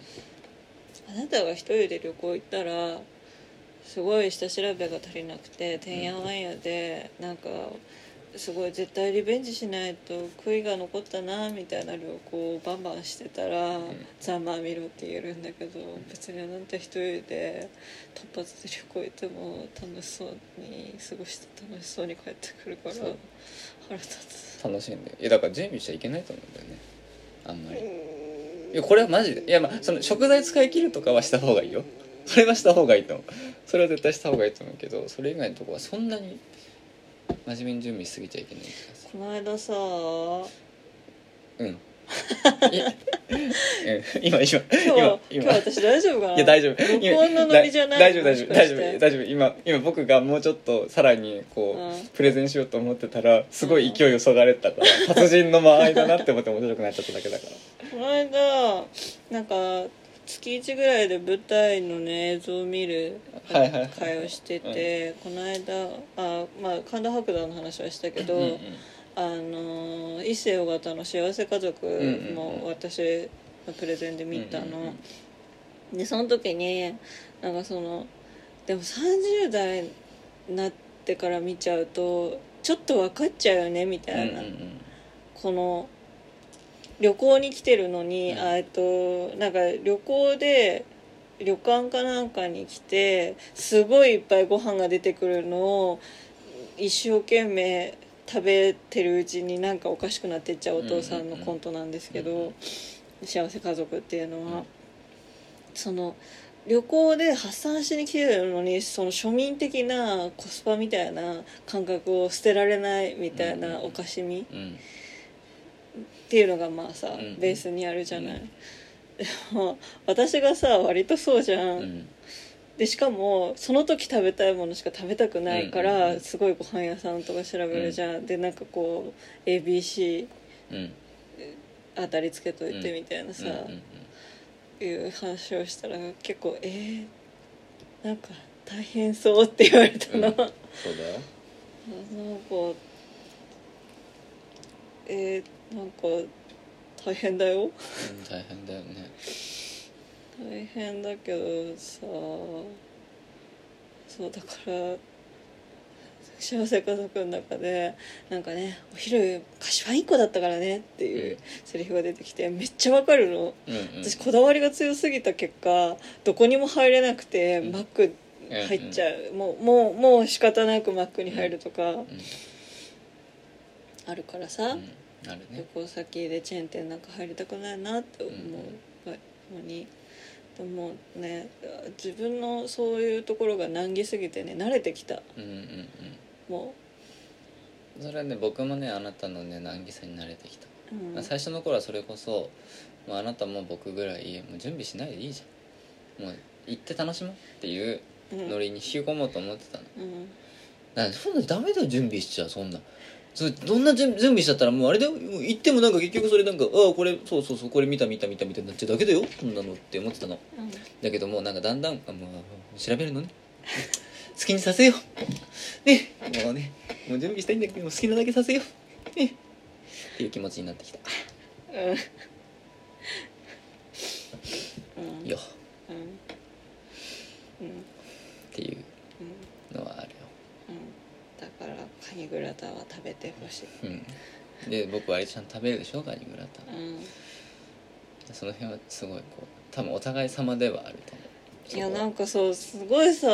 S2: あなたが一人で旅行行ったらすごい下調べが足りなくててんやわんやでなんかすごい絶対リベンジしないと悔いが残ったなみたいな旅行をバンバンしてたら
S1: ん
S2: ざまあみろって言えるんだけど別にあなた一人で突発で旅行行っても楽しそうに過ごして楽しそうに帰ってくるから
S1: そう
S2: 腹立つ。
S1: 楽しいんだよいやだから準備しちゃいけないと思うんだよねあんまりいうやこれはマジでいやまあその食材使い切るとかはした方がいいよそれはした方がいいと思うそれは絶対した方がいいと思うけどそれ以外のとこはそんなに真面目に準備しすぎちゃいけない気がす
S2: この
S1: (laughs)
S2: 間さ
S1: るう
S2: (laughs)
S1: んえうん今今
S2: 今日
S1: 今
S2: 今日
S1: 今
S2: 私大丈夫かない
S1: いや大丈夫
S2: 録音のノリじゃない
S1: 大丈夫大丈夫
S2: もしか
S1: 大
S2: し
S1: 丈
S2: て
S1: 夫大丈夫今今僕がもうちょっとさらにこう、
S2: うん
S1: プレゼンしようと思ってたらすごい勢いよそがれてたから、達人の間合いだなって思って面白くなっちゃっただけ
S2: (laughs)
S1: だから
S2: この間なんか月1ぐらいで舞台のね映像を見る
S1: はいはいはい
S2: 会をしてて、この間あまあ神田伯山の話はしたけど、
S1: うんうん
S2: あの伊勢尾形の「幸せ家族
S1: んうん」
S2: も私のプレゼンで見たの、
S1: うんうん
S2: でその時になんかそのでも30代になってから見ちゃうとちょっと分かっちゃうよねみたいな、
S1: うんうんうん
S2: この旅行に来てるのに、
S1: うん
S2: あえっとなんか旅行で旅館かなんかに来てすごいいっぱいご飯が出てくるのを一生懸命食べてるうちになんかおかしくなってっちゃうお父さんのコントなんですけど「
S1: うんうんうん
S2: 幸せ家族」っていうのは、
S1: うん
S2: その旅行で発散しに来てるのにその庶民的なコスパみたいな感覚を捨てられないみたい
S1: うんうん
S2: な
S1: うん
S2: おかしみ、
S1: うん
S2: っていうのがまあさ、
S1: うん
S2: ベースにあるじゃない、
S1: う
S2: (laughs)
S1: ん
S2: でも私がさ割とそうじゃん、
S1: うん
S2: でしかもその時食べたいものしか食べたくないか
S1: うんうんう
S2: ら
S1: ん
S2: すごいご飯屋さんとか調べるじゃん、でなんかこう ABC
S1: うん
S2: あたりつけといてみたいなさ、
S1: うんうん
S2: いう話をしたら結構えー、なんか大変そうって言われたの、
S1: うんそうだよ
S2: なんかえー、なんか大変だよ
S1: うん大変だよね
S2: 大変だけどさそうだから幸せ家族の中でなんかね「お昼柏1個だったからね」っていう
S1: うん
S2: セリフが出てきてめっちゃわかるの
S1: うんうん
S2: 私こだわりが強すぎた結果どこにも入れなくて
S1: うん
S2: マック入っちゃうもうもうもう仕方なくマックに入るとかあるからさ
S1: うんある
S2: 旅
S1: ね
S2: 行先でチェーン店なんか入りたくないなって思うのにでもね自分のそういうところが難儀すぎてね慣れてきた
S1: うんうん
S2: も
S1: うんそれはね僕もねあなたのね難儀さに慣れてきた
S2: う、うん
S1: まあ最初の頃はそれこそ、まあ、あなたも僕ぐらいもう準備しないでいいじゃんもう行って楽しもうっていう
S2: うん
S1: ノリに引き込もうと思ってたの
S2: うん
S1: なんそんなダメだよ準備しちゃそんなそどんな準準備しちゃったらもうあれだよもう行ってもなんか結局それなんかああこれそうそうそうこれ見た見た見た見たになっちゃうだけだよそんなのって思ってたの
S2: うん
S1: だけどもうなんかだんだんあもう調べるのね (laughs) 好きにさせようねもうねもう準備したいんだけどもう好きなだけさせようねっていう気持ちになってきた
S2: うんうん
S1: よ
S2: うんう
S1: っ
S2: ん
S1: ていう
S2: うん
S1: のはあるよ
S2: うんだからカニグラタンは食べてほし
S1: う
S2: い、
S1: んで僕はあれちゃんと食べるでしょガニグラタン
S2: うん、
S1: その辺はすごいこう多分お互い様ではあると思う
S2: いや
S1: そこは
S2: なんかそうすごいさ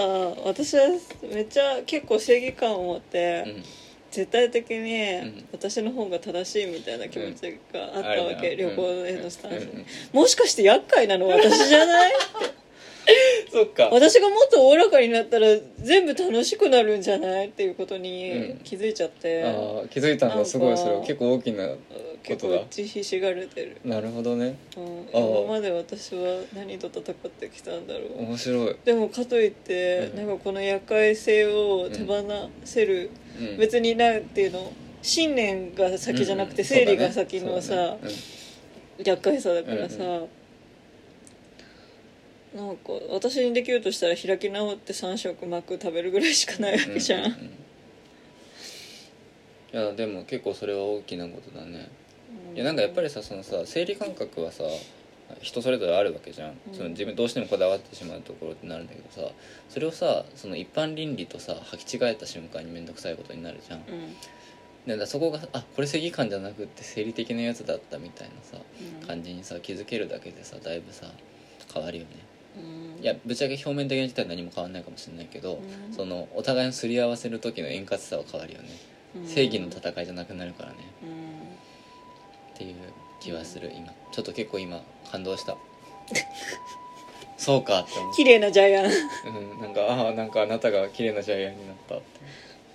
S2: 私はめっちゃ結構正義感を持って、
S1: うん
S2: 絶対的
S1: うん
S2: に私の方が正しいみたいな気持ちがあったわ
S1: あ
S2: け、
S1: るな
S2: 旅行へ
S1: うん
S2: のスタンス、
S1: うんうん
S2: もしかして厄介なの (laughs) 私じゃない
S1: そっか
S2: 私がもっとおおらかになったら全部楽しくなるんじゃないっていうことに気づいちゃって、
S1: ああ気づいたん
S2: なん
S1: だ
S2: か
S1: すごいそれは結構大きな
S2: 結
S1: こと
S2: 構
S1: だ
S2: 打ちひしがれてる、
S1: なるほどね
S2: うん、
S1: あー
S2: 今まで私は何と戦ってきたんだろう
S1: 面白い、
S2: でもかといって、
S1: うん
S2: なんかこの厄介性を手放せる、
S1: うん、
S2: 別になんていうの信念が先じゃなくて生理が先のさ、厄介さだからさ、
S1: う
S2: なんか私にできるとしたら開き直って3食マック食べるぐらいしかないわけじゃん、
S1: いやでも結構それは大きなことだねいやなんかやっぱりさそのさ生理感覚はさ人それぞれあるわけじゃん、
S2: うん
S1: その自分どうしてもこだわってしまうところってなるんだけどさそれをさその一般倫理とさ履き違えた瞬間に面倒くさいことになるじゃん、
S2: うん、うん
S1: でだからそこがあこれ正義感じゃなくって生理的なやつだったみたいなさ感じにさ気づけるだけでさだいぶさ変わるよね
S2: うん
S1: いやぶっちゃけ表面的な事態は何も変わんないかもしれないけど、
S2: うん
S1: そのお互いのすり合わせる時の円滑さは変わるよね、
S2: うん
S1: 正義の戦いじゃなくなるからね
S2: うん
S1: っていう気はする今ちょっと結構今感動した (laughs) そうかって思っ
S2: 綺麗なジャイア
S1: た、
S2: ン、
S1: うん、なんかああなんかあなたが綺麗なジャイアンになったって、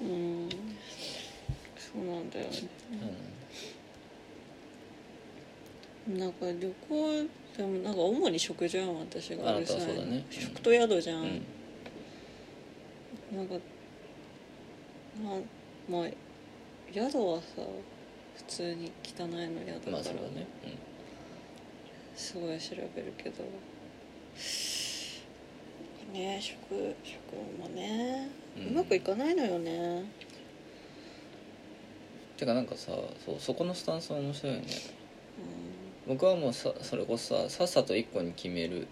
S2: うん、そうなんだよね
S1: う
S2: なんか旅行でもなんか主に食じゃん私が
S1: あなたはそうだね
S2: うるさい食と宿じゃ
S1: ん
S2: ん、
S1: うん
S2: なんかまあまあ宿はさ普通に汚いの宿
S1: ま
S2: だ
S1: あ
S2: か
S1: そう
S2: ら、
S1: だね、
S2: すごい調べるけどね食食もね、
S1: う
S2: うんまくいかないのよね
S1: うん、てかなんかさそうそこのスタンスは面白いよね
S2: う
S1: 僕はもうさそれこそささっさと1個に決める
S2: んうん
S1: っ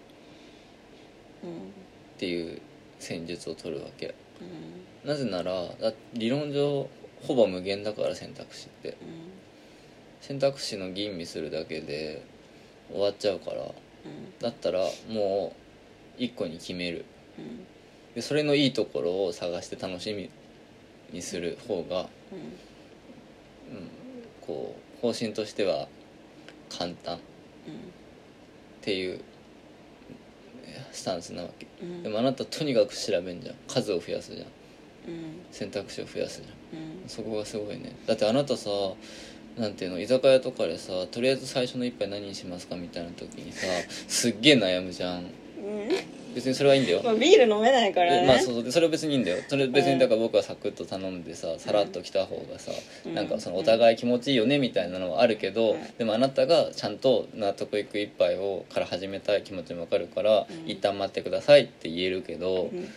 S1: ていう戦術を取るわけ
S2: うん
S1: なぜならだ理論上ほぼ無限だから選択肢って
S2: うん
S1: 選択肢の吟味するだけで終わっちゃうから
S2: うん
S1: だったらもう1個に決める
S2: うん
S1: でそれのいいところを探して楽しみにする方が、
S2: うん
S1: うん、こう方針としては簡単っ
S2: うん
S1: ていうスタンスなわけ
S2: うん
S1: でもあなたとにかく調べんじゃん数を増やすじゃん
S2: うん
S1: 選択肢を増やすじゃん
S2: うん
S1: そこがすごいねだってあなたさなんていうの居酒屋とかでさとりあえず最初の一杯何にしますかみたいな時にさすっげえ悩むじゃん
S2: うん
S1: 別にそれはいいんだよ
S2: まあ、ビール飲めないからね、
S1: まあそうそうでそれは別にいいんだよそれ別にだから僕はサクッと頼んでささらっと来た方がさ、
S2: うん
S1: なんかそのお互い気持ちいいよねみたいなのはあるけど、
S2: うん
S1: でもあなたがちゃんと納得いく一杯をから始めたい気持ちもわかるから、
S2: うん
S1: 一旦待ってくださいって言えるけど、
S2: うん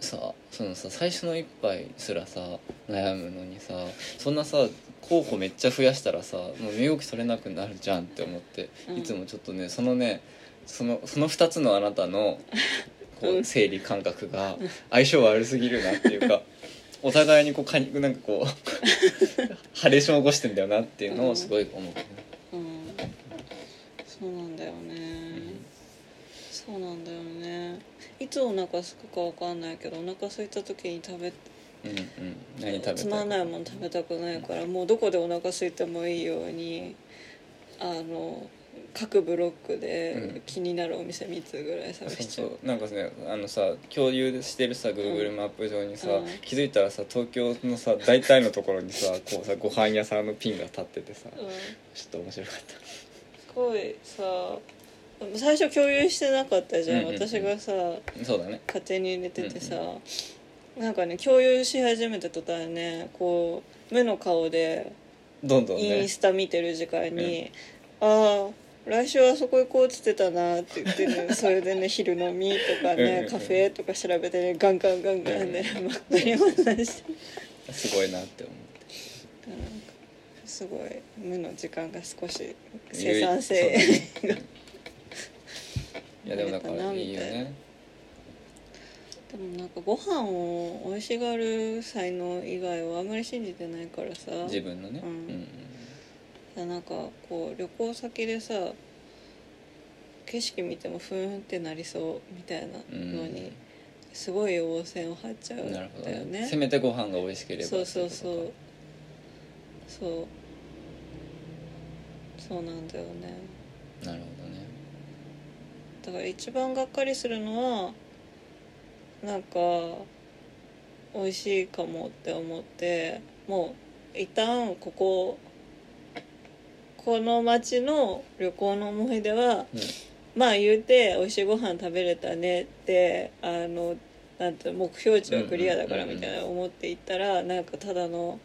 S1: さそのさ最初の一杯すらさ悩むのにさそんなさ候補めっちゃ増やしたらさもう身動き取れなくなるじゃんって思って、
S2: うん
S1: いつもちょっとねそのねそのその2つのあなたのこ
S2: う
S1: うん生理感覚が相性悪すぎるなっていう
S2: (laughs)
S1: かお互いにこうかになんかこ
S2: (laughs)
S1: うハレーションを起こしてんだよなっていうのをすごい思う、
S2: うんそうなんだよね、そうなんだよねいつお腹空すくかわかんないけどお腹空いた時に食べ
S1: うんうん何食べたい
S2: つまんないもん食べたくないからもうどこでお腹空いてもいいようにあの各ブロック
S1: うん
S2: で気になるお店3つぐらい探
S1: そう
S2: しち
S1: そ
S2: ゃう、
S1: うなんかねあのさ共有してるさ Google マップ上にさ、
S2: うん
S1: 気づいたらさ東京のさ大体のところにさ
S2: (laughs)
S1: こうさご飯屋さんのピンが立っててさちょ
S2: うん
S1: っと面白かっ
S2: すごいさ最初共有してなかったじゃん,、
S1: うんうんうん
S2: 私がさ
S1: たそうだね
S2: 勝手に入れててさ、なんかね共有し始めた途端ねこう無の顔で
S1: どんどん
S2: イン
S1: ね
S2: スタ見てる時間に「ああ来週はそこ行こう」っつってたなって言っ
S1: (laughs)
S2: てねそれでね昼飲みとか
S1: うんうんう
S2: ね
S1: ん
S2: カフェとか調べてねガンガンガンガンね
S1: うん
S2: まくり話して
S1: すごいなって思
S2: なんかすごい無の時間が少し
S1: う
S2: 生産
S1: そうだ
S2: 性
S1: ね
S2: (laughs)
S1: いやでもだからいいよね
S2: でもなんかご飯を美味しがる才能以外はあんまり信じてないからさ
S1: 自分のね、
S2: うんなんかこう旅行先でさ景色見てもふーんってなりそうみたいな
S1: うん
S2: のに、すごい応戦を張っちゃう
S1: うんんなるほど
S2: だよ
S1: ね
S2: ね
S1: せめてご飯が美味しければ
S2: そうそう
S1: ってい
S2: そう
S1: こ
S2: そうそうなんだよね
S1: とかなるほどね
S2: だから一番がっかりするのはなんか美味しいかもって思ってもう一旦こここの町の旅行の思い出
S1: う
S2: は
S1: ん
S2: まあ言うて美味しいご飯食べれたねってあのなんていうの目標値はクリアだからみたいな思っていったらなんかただの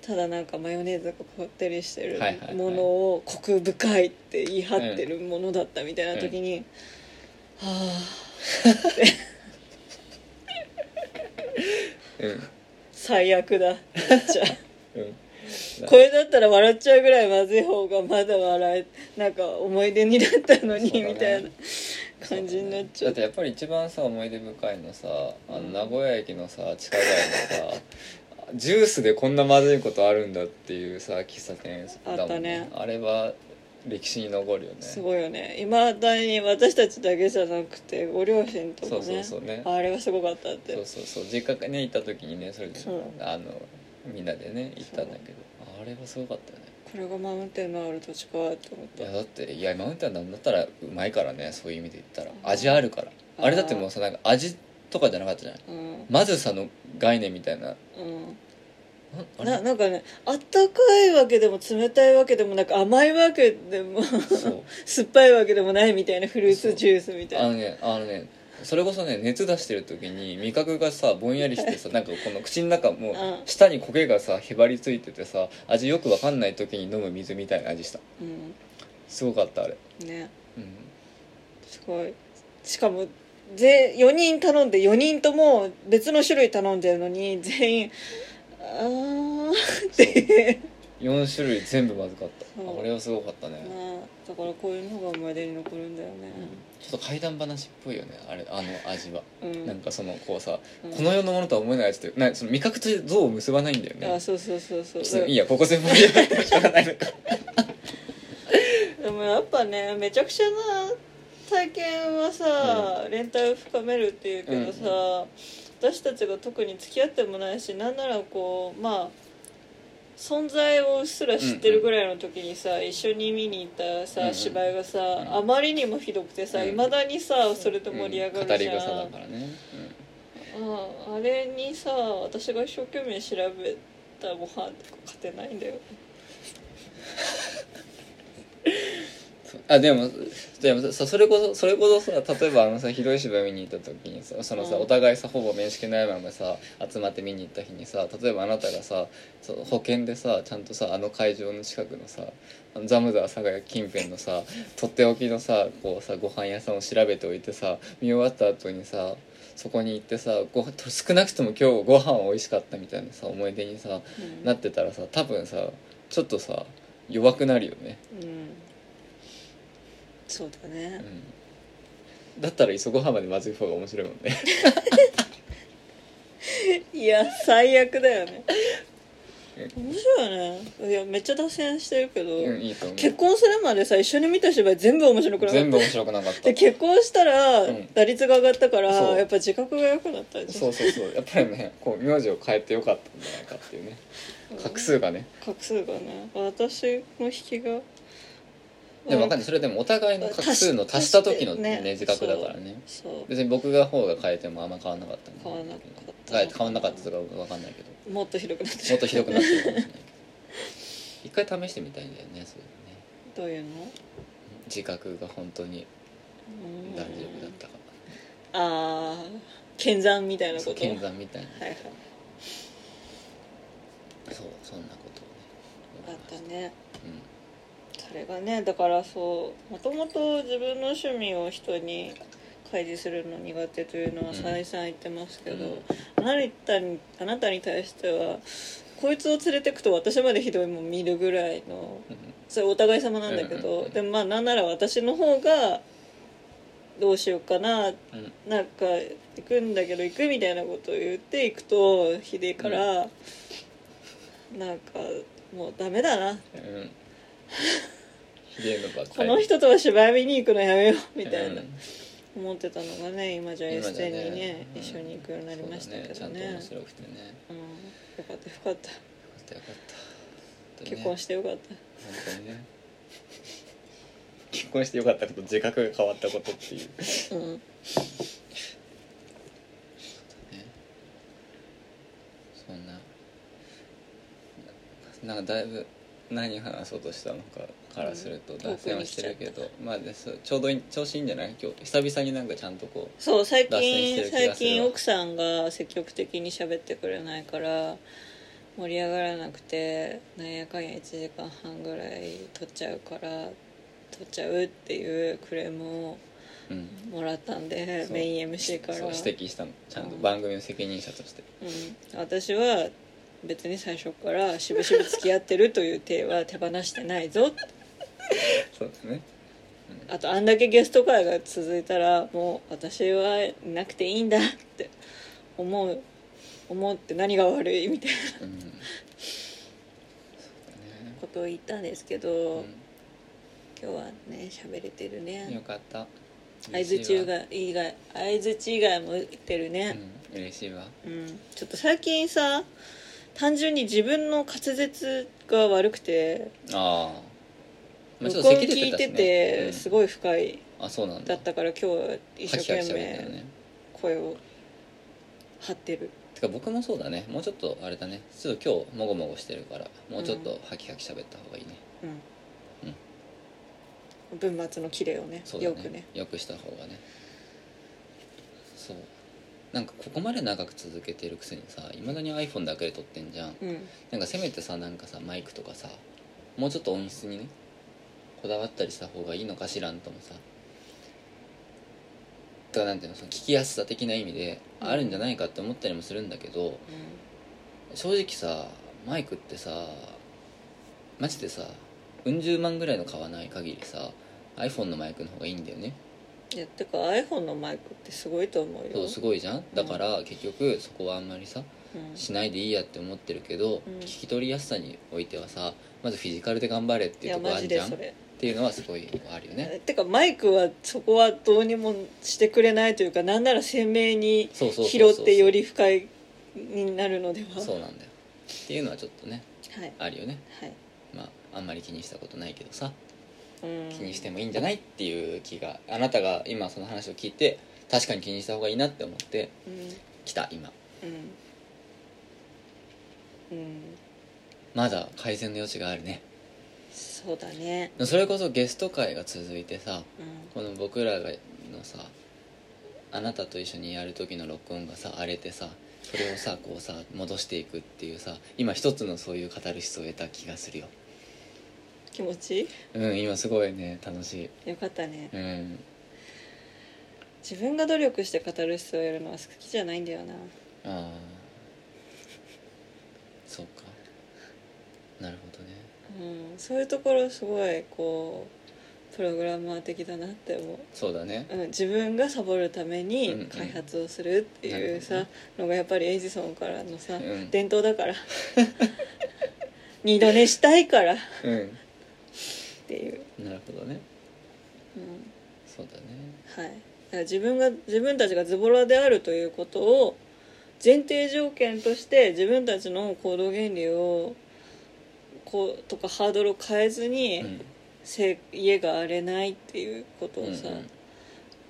S2: ただなんかマヨネーズがこってりしてる
S1: はいはいはい
S2: ものをコク深いって言い張ってるものだったみたいな時に、はあ最悪だ
S1: (laughs)
S2: じゃあ
S1: うんうん
S2: これだったら笑っちゃうぐらいまずい方がまだ笑えなんか思い出になったのに、
S1: そうだね
S2: みたいな感じになっちゃ
S1: だ
S2: う
S1: ってやっぱり一番さ思い出深いのさあの
S2: うん
S1: 名古屋駅のさ地下街のさ (laughs) ジュースでこんなまずいことあるんだっていうさ喫茶店だ
S2: あっ
S1: も
S2: た
S1: んね
S2: ね
S1: あれは歴史に残るよね
S2: すごいよねいまだに私たちだけじゃなくてご両親と
S1: そう
S2: も
S1: そう
S2: ね
S1: そうね
S2: あれはすごかったって
S1: そうそうそう実家にね行った時にねそれで
S2: そう
S1: あのみんなでね行ったんだけどあれはすごかったよね
S2: これがマウンテンのある土地かと思っ
S1: い
S2: た
S1: やだっていやマウンテンなんだったらうまいからねそういう意味で言った
S2: うん
S1: ら味あるから
S2: あー
S1: あれだってもうさなんか味とかじゃなかったじゃない
S2: うん
S1: まずさの概念みたいな
S2: うん
S1: なあれ
S2: ななんかねあったかいわけでも冷たいわけでもなく甘いわけでも (laughs)
S1: そう
S2: 酸っぱいわけでもないみたいなフルーツジュースみた
S1: あ
S2: い
S1: の
S2: な
S1: ねあのねそれこそね熱出してる時に味覚がさぼんやりして
S2: (laughs)
S1: さなんかこの口の中もう
S2: うん
S1: 舌に焦げがさへばりついててさ味よくわかんない時に飲む水みたいな味した
S2: う
S1: すごかったあれ
S2: んね
S1: うん
S2: すごいしかもぜ4人頼んで4人とも別の種類頼んでるのに全員「あー」って
S1: 4種類全部まずかった
S2: そう
S1: あれはすごかった
S2: ま
S1: ね、
S2: あだからこういうのが思い出に残るんだよね
S1: ちょっと怪談話っぽいよねあれあの味は、
S2: うん
S1: なんかそのこうさ、
S2: うん
S1: この世のものとは思えないやつってなその味覚と像を結ばないんだよね
S2: あそうそうそうそう
S1: ちょっといいやここ全部盛り上がってもしょうがないのか
S2: でもやっぱねめちゃくちゃな体験はさ、連帯を深めるっていうけどさ、私たちが特に付き合ってもないしなんならこうまあ存在をうっすら知ってるぐらいの時にさ、一緒に見に行ったさ、
S1: うんうん
S2: 芝居がさ、
S1: ん
S2: あまりにもひどくてさ
S1: うん
S2: いま、未だにさそれで盛り上が
S1: うん語
S2: る
S1: り
S2: じゃん、
S1: 草だからね、
S2: うんあれにさ私が一生懸命調べたご飯とか勝てないんだよ
S1: うんそうあでもでもさそれこそそれこそさ例えばあのさひどい芝居見に行った時にさそのさ、
S2: うん
S1: お互いさほぼ面識ないままさ集まって見に行った日にさ例えばあなたがさそう保険でさちゃんとさあの会場の近くのさあのザムザ阿佐ヶ谷近辺のさとっておきのさこうさご飯屋さんを調べておいてさ見終わった後にさそこに行ってさご飯少なくとも今日ご飯は美味しかったみたいなさ思い出にさ
S2: うん
S1: なってたらさ多分さちょっとさ弱くなるよね。
S2: うんそうだね
S1: うんだったら磯ごはまでまずい方が面白いもんね
S2: いや最悪だよね面白いねいやめっちゃ脱線してるけど、
S1: うんいいと思う
S2: 結婚するまでさ一緒に見た芝居全部面白くなかっ
S1: 全部面白くなかった
S2: で
S1: た
S2: 結婚したら
S1: うん
S2: 打率が上がったから、
S1: そう
S2: やっぱ自覚が良くなったでしょ
S1: そうそうそうやっぱりねこう名字を変えてよかったんじゃないかっていうね画数がね
S2: 画数がね私の引きが
S1: でも分かんないそれでもお互いの画数の足した時のね自覚だからね
S2: そう
S1: 別に僕が方が変えてもあんま変わんなかった
S2: 変わんなかった
S1: 変え変わんなかったとか分かんないけど
S2: もっとひどくなって
S1: もっとひどくなってるかもしれないけど一回試してみたいんだよねそういうのね
S2: どういうの
S1: 自覚が本当に
S2: うん
S1: 大丈夫だったか
S2: ああ剣山みたいな
S1: そ
S2: こ
S1: う
S2: と
S1: 剣山みたいな
S2: はいはい
S1: そうそんなことを
S2: あ
S1: ね
S2: ったね
S1: うん
S2: それがねだからそうもともと自分の趣味を人に開示するの苦手というのは再三言ってますけど、
S1: うん
S2: あなたにあなたに対してはこいつを連れてくと私までひどいもん見るぐらいのそれお互い様なんだけど、
S1: うんうんうん
S2: でもまあなんなら私の方がどうしようかな
S1: うんうん
S2: なんか行くんだけど行くみたいなことを言って行くとひでえから、なんかもうダメだな
S1: うんひでえのばっか
S2: こ
S1: り
S2: の人とは芝居見に行くのやめようみたいな、
S1: うん
S2: 思ってたのがね今じゃ
S1: 今
S2: S
S1: じゃ
S2: 店
S1: ね
S2: にね
S1: うん
S2: 一緒に行くようになりましたけ
S1: そ
S2: ど
S1: うだ
S2: ね
S1: ちゃんと面白くてねよ
S2: うん、よかったよかった、
S1: かったよかった
S2: 結婚
S1: し
S2: してよかった
S1: 本当にね結婚してよかったこと自覚が変わったことっていう
S2: うん
S1: ねそんなななんかだいぶ何話そうとしたのかからすると
S2: うん
S1: 脱線はしてるけど、まあですちょうどいい調子いいんじゃない今日久々になんかちゃんとこ
S2: そう最
S1: 脱線して
S2: 近
S1: る気がする
S2: 最近奥さんが積極的に喋ってくれないから盛り上がらなくてなんやかんや1時間半ぐらい取っちゃうから取っちゃうっていうクレームを
S1: う、うん、
S2: もらったんで
S1: そう
S2: メイン MC から
S1: そう指摘したのちゃんと
S2: うん
S1: 番組の責任者として、
S2: うん、私は別に最初からしぶしぶ付き合ってるという体は手放してないぞ
S1: そうですね
S2: あとあんだけゲスト会が続いたらもう私はいなくていいんだって思う思って何が悪いみたいな
S1: うんそうだね
S2: ことを言ったんですけど、今日はね喋れてる
S1: うん、よ
S2: ね
S1: かった
S2: 相づちが以外相づち以外も打ってる
S1: う
S2: ね、
S1: ん嬉しいわ
S2: うんちょっと最近さ単純に自分の滑舌が悪くて
S1: ああまあ
S2: 録
S1: ちょ
S2: 音
S1: っと咳出
S2: 聞い
S1: たしてね
S2: てすごい不快。
S1: うんあそうなん
S2: だ
S1: だ
S2: ったから今日は一生懸
S1: ハキハキ喋ってたよ
S2: 命
S1: ね
S2: 声を張ってる
S1: てか僕もそうだねもうちょっとあれだねちょっと今日もごもごしてるからもうちょっとハキハキ喋った方がいいね、
S2: うん、文末の綺麗をね
S1: そうだ
S2: よ
S1: ね
S2: くね
S1: よくした方がねそうなんかここまで長く続けてるくせにさいまだに iPhone だけで撮ってんじゃん
S2: うん
S1: なんかせめてさなんかさマイクとかさもうちょっと音質にねこだわったりした方がいいのかしらんともさだからなんていうのその聞きやすさ的な意味で
S2: うん
S1: あるんじゃないかって思ったりもするんだけど、正直さマイクってさマジでさうん十万ぐらいの買わない限りさ iPhone のマイクの方がいいんだよね
S2: いやてか iPhone のマイクってすごいと思うよ
S1: そうすごいじゃんだから結局そこはあんまりさ
S2: うん
S1: しないでいいやって思ってるけど、
S2: うん
S1: 聞き取りやすさにおいてはさまずフィジカルで頑張れって
S2: い
S1: いう
S2: や
S1: とこ
S2: マ
S1: ある
S2: ジ
S1: じ
S2: で
S1: ゃんっ
S2: それ、
S1: ていうのはすごいあるよね
S2: てかマイクはそこはどうにもしてくれないというかなんなら鮮明に
S1: そうそうそう
S2: 拾
S1: そう
S2: ってより不快になるのでは
S1: そうなんだよっていうのはちょっとね
S2: はい
S1: あるよね
S2: はい、
S1: まああんまり気にしたことないけどさ
S2: うん、
S1: 気にしてもいいんじゃないっていう気があなたが今その話を聞いて確かに気にした方がいいなって思って
S2: うん
S1: きた今
S2: うん、うん
S1: まだ改善の余地があるね
S2: そうだね
S1: それこそゲスト会が続いてさ
S2: う
S1: こ
S2: ん
S1: の僕らがのさあなたと一緒にやる時の録音がさ荒れてさそれをさこうさ戻していくっていうさ今一つのそういうカタルシスを得た気がするよ
S2: 気持ちいい
S1: うん今すごいね楽し
S2: よかったね
S1: いうん
S2: 自分が努力してカタルシスをやるのは好きじゃないんだよな
S1: ああそうかなるほどね
S2: うんそういうところすごいこうプログラマー的だなって思う
S1: そうだね
S2: うん、自分がサボるため
S1: うんうん
S2: に開発をするっていうさ、
S1: なる
S2: のがやっぱりエジソンからのさ、
S1: うん
S2: 伝統だから (laughs) 二度寝したいからっ
S1: う
S2: ていう、
S1: んなるほどね
S2: うん
S1: そうだね
S2: はい、だから自分が自分たちがズボラであるということを前提条件として自分たちの行動原理をこうとかハードルを変えずに、
S1: うん
S2: せ家が荒れないっていうことをさ、
S1: うんうん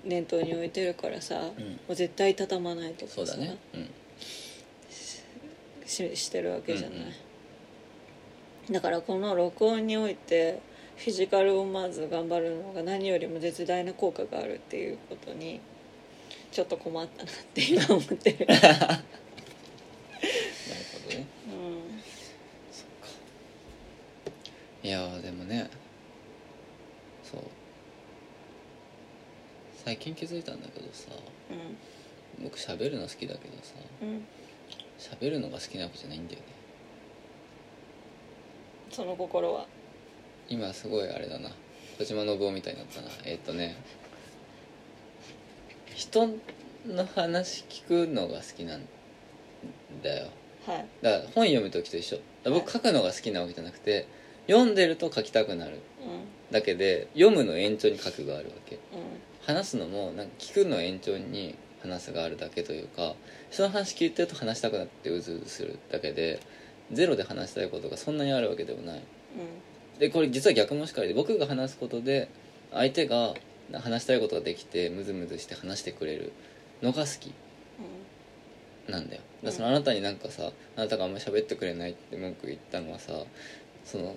S2: 念頭に置いてるからさ、も
S1: ん
S2: う絶対畳まないとかさ
S1: そうだねうん
S2: ししてるわけじゃない、
S1: うん
S2: だからこの録音においてフィジカルをまず頑張るのが何よりも絶大な効果があるっていうことにちょっと困ったなって今思って
S1: (laughs)
S2: る、
S1: なるほどね
S2: うん、
S1: そっかいやーでもねそう最近気づいたんだけどさ僕喋るの好きだけどさ
S2: うんうん
S1: 喋るのが好きなわけじゃないんだよね
S2: その心は
S1: 今すごいあれだな小島信夫みたいになったなえっとね人の話聞くのが好きなんだよ
S2: はい
S1: だから本読む時と一緒だから
S2: は
S1: 僕
S2: い
S1: 書くのが好きなわけじゃなくて読んでると書きたくなる
S2: う
S1: だけで読むの延長に書くがあるわけ
S2: ん
S1: 話すのもなんか聞くの延長に話すがあるだけというか人の話聞いてると話したくなってうずうずするだけでゼロで話したいことがそんなにあるわけでもないでこれ実は逆もしかりで僕が話すことで相手が話したいことができてムズムズして話してくれるのが好き
S2: う
S1: なんだよ
S2: うん
S1: だからそのあなたになんかさあなたがあんまり喋ってくれないって文句言ったのはさその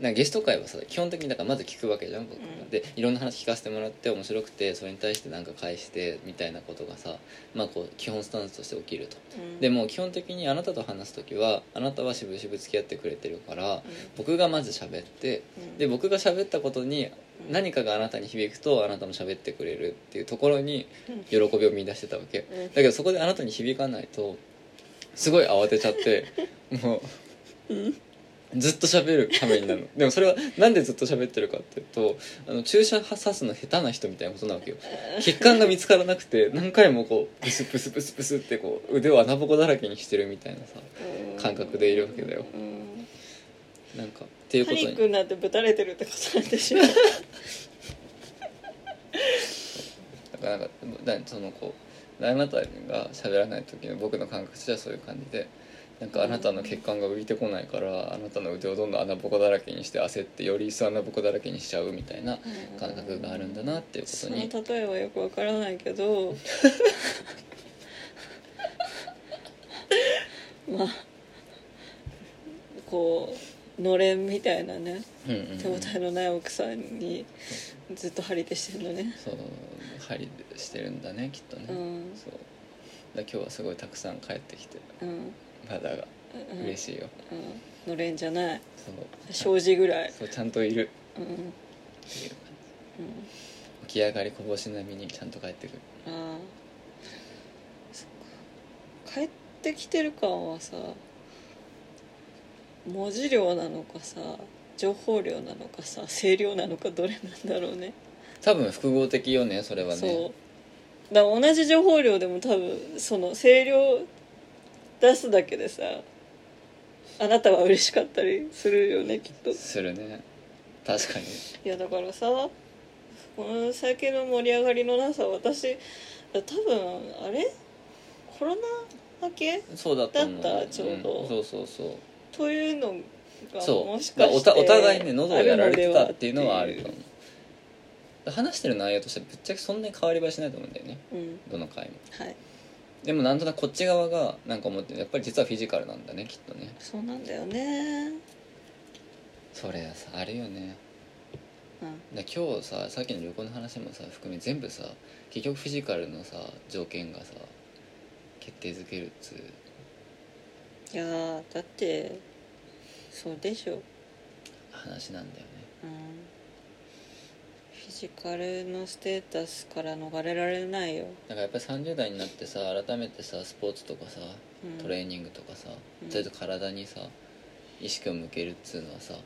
S1: なんかゲスト会はさ基本的にだからまず聞くわけじゃん僕が、
S2: うん
S1: でいろんな話聞かせてもらって面白くてそれに対してなんか返してみたいなことがさまあこう基本スタンスとして起きると
S2: んうん
S1: でも基本的にあなたと話す時はあなたはしぶしぶ付き合ってくれてるから僕がまず喋って
S2: うん
S1: で僕が喋ったことに
S2: うん
S1: 何かがあなたに響くとあなたも喋ってくれるっていうところに喜びを見出してたわけ
S2: うん
S1: だけどそこであなたに響かないとすごい慌てちゃってもうずっと喋るためになるのでもそれはなんでずっと喋ってるかっていうとあの注射刺すの下手な人みたいなことなわけよ血管が見つからなくて何回もこうプスプスプスプスってこう腕を穴ぼこだらけにしてるみたいなさ
S2: うん
S1: 感覚でいるわけだよ
S2: うん
S1: なんかっていうこ
S2: パ
S1: と
S2: ニ
S1: に
S2: ックになってぶたれてるってことなんでしょ
S1: だからなんかだそのこうあなたが喋らない時の僕の感覚としてはそういう感じでなんかあなたの血管が浮いてこないからあなたの腕をどんどん穴ぼこだらけにして焦ってより一層穴ぼこだらけにしちゃうみたいな感覚があるんだなっていうこ
S2: そ
S1: と
S2: の
S1: に
S2: 例えはよくわからないけ
S1: (laughs)
S2: どまあこうのれんみたいなね
S1: うんうんうん
S2: 手応えのない奥さんにずっと張り手してるのね
S1: そう針でしてるんだねきっとね、
S2: うん
S1: そうだ今日はすごいたくさん帰ってきて
S2: うん
S1: まだが
S2: うん
S1: 嬉しいよ、
S2: うんのれんじゃない
S1: そう
S2: 障子ぐらい
S1: そうちゃんといる
S2: うんうん
S1: っていう感じ起き上がりこぼし並みにちゃんと帰ってくる
S2: ああそっか帰ってきてる感はさ文字量なのかさ情報量なのかさ声量なのかどれなんだろうね
S1: 多分複合的よねそれはね
S2: そうだから同じ情報量でも多分その声量出すだけでさあなたは嬉しかったりするよねきっと
S1: するね確かに
S2: いやだからさこの酒の盛り上がりのなさ私多分あれコロナ明け
S1: そうだったん
S2: だったちょうど
S1: んそうそうそう
S2: というのが
S1: そう
S2: もしかして
S1: だからおたお互いね喉をやられてた
S2: あるのでは
S1: っていうのはあると思う話してる内容としてぶっちゃけそんなに変わり映えしないと思うんだよね
S2: うん
S1: どの回も
S2: はい
S1: でもなんとなくこっち側がなんか思ってるやっぱり実はフィジカルなんだねきっとね
S2: そうなんだよね
S1: それさあるよね
S2: うん
S1: で今日ささっきの旅行の話もさ含め全部さ結局フィジカルのさ条件がさ決定づけるっつう
S2: いやーだってそうでしょ、
S1: 話なんだよね
S2: うん、フィジカルのステータスから逃れられないよ、
S1: なんかやっぱり30代になってさ改めてさスポーツとかさ
S2: うん、
S1: トレーニングとかさ、
S2: うん
S1: それと体にさ意識を向けるっつうのはさや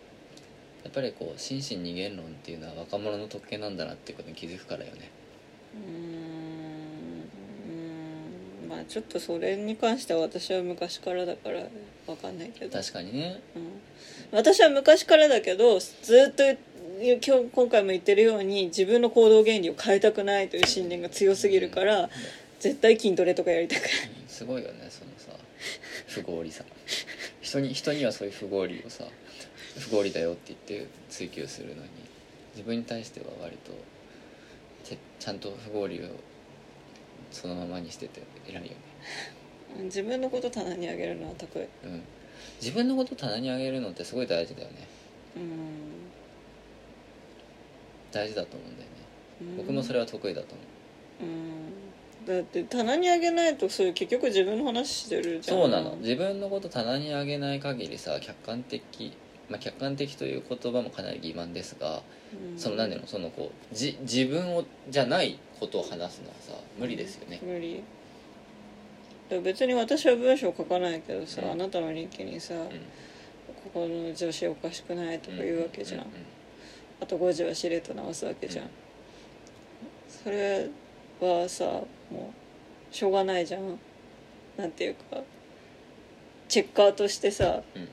S1: っぱりこう心身二元論っていうのは若者の特権なんだなっていうことに気づくからよね
S2: うーんうんまあちょっとそれに関しては私は昔からだからわかんないけど、
S1: 確かにね
S2: うん、私は昔からだけどずっと今日今回も言ってるように自分の行動原理を変えたくないという信念が強すぎるから、絶対筋トレとかやりたくない
S1: すごいよねそのさ不合理さ人に人にはそういう不合理をさ不合理だよって言って追求するのに自分に対しては割とちちゃんと不合理をそのままにしてて偉いよね
S2: 自分のこと棚にあげるのは得意
S1: うん自分のこと棚にあげるのってすごい大事だよね
S2: うん
S1: 大事だと思うんだよね僕もそれは得意だと思う
S2: うんだって棚にあげないとそういう結局自分の話してるじゃん
S1: そうなの自分のこと棚にあげない限りさ客観的まあ、客観的という言葉もかなり欺瞞ですが、
S2: うん
S1: その何でもそのこうじ自分をじゃないことを話すのはさ無理ですよね、
S2: 無理だから別に私は文章書かないけどさ、
S1: うん
S2: あなたの日記にさ、
S1: うん
S2: ここの女子おかしくないとか言うわけじゃん、
S1: う
S2: あと5時はしれっと直すわけじゃん、それはさもうしょうがないじゃんなんていうかチェッカーとしてさ
S1: うんうん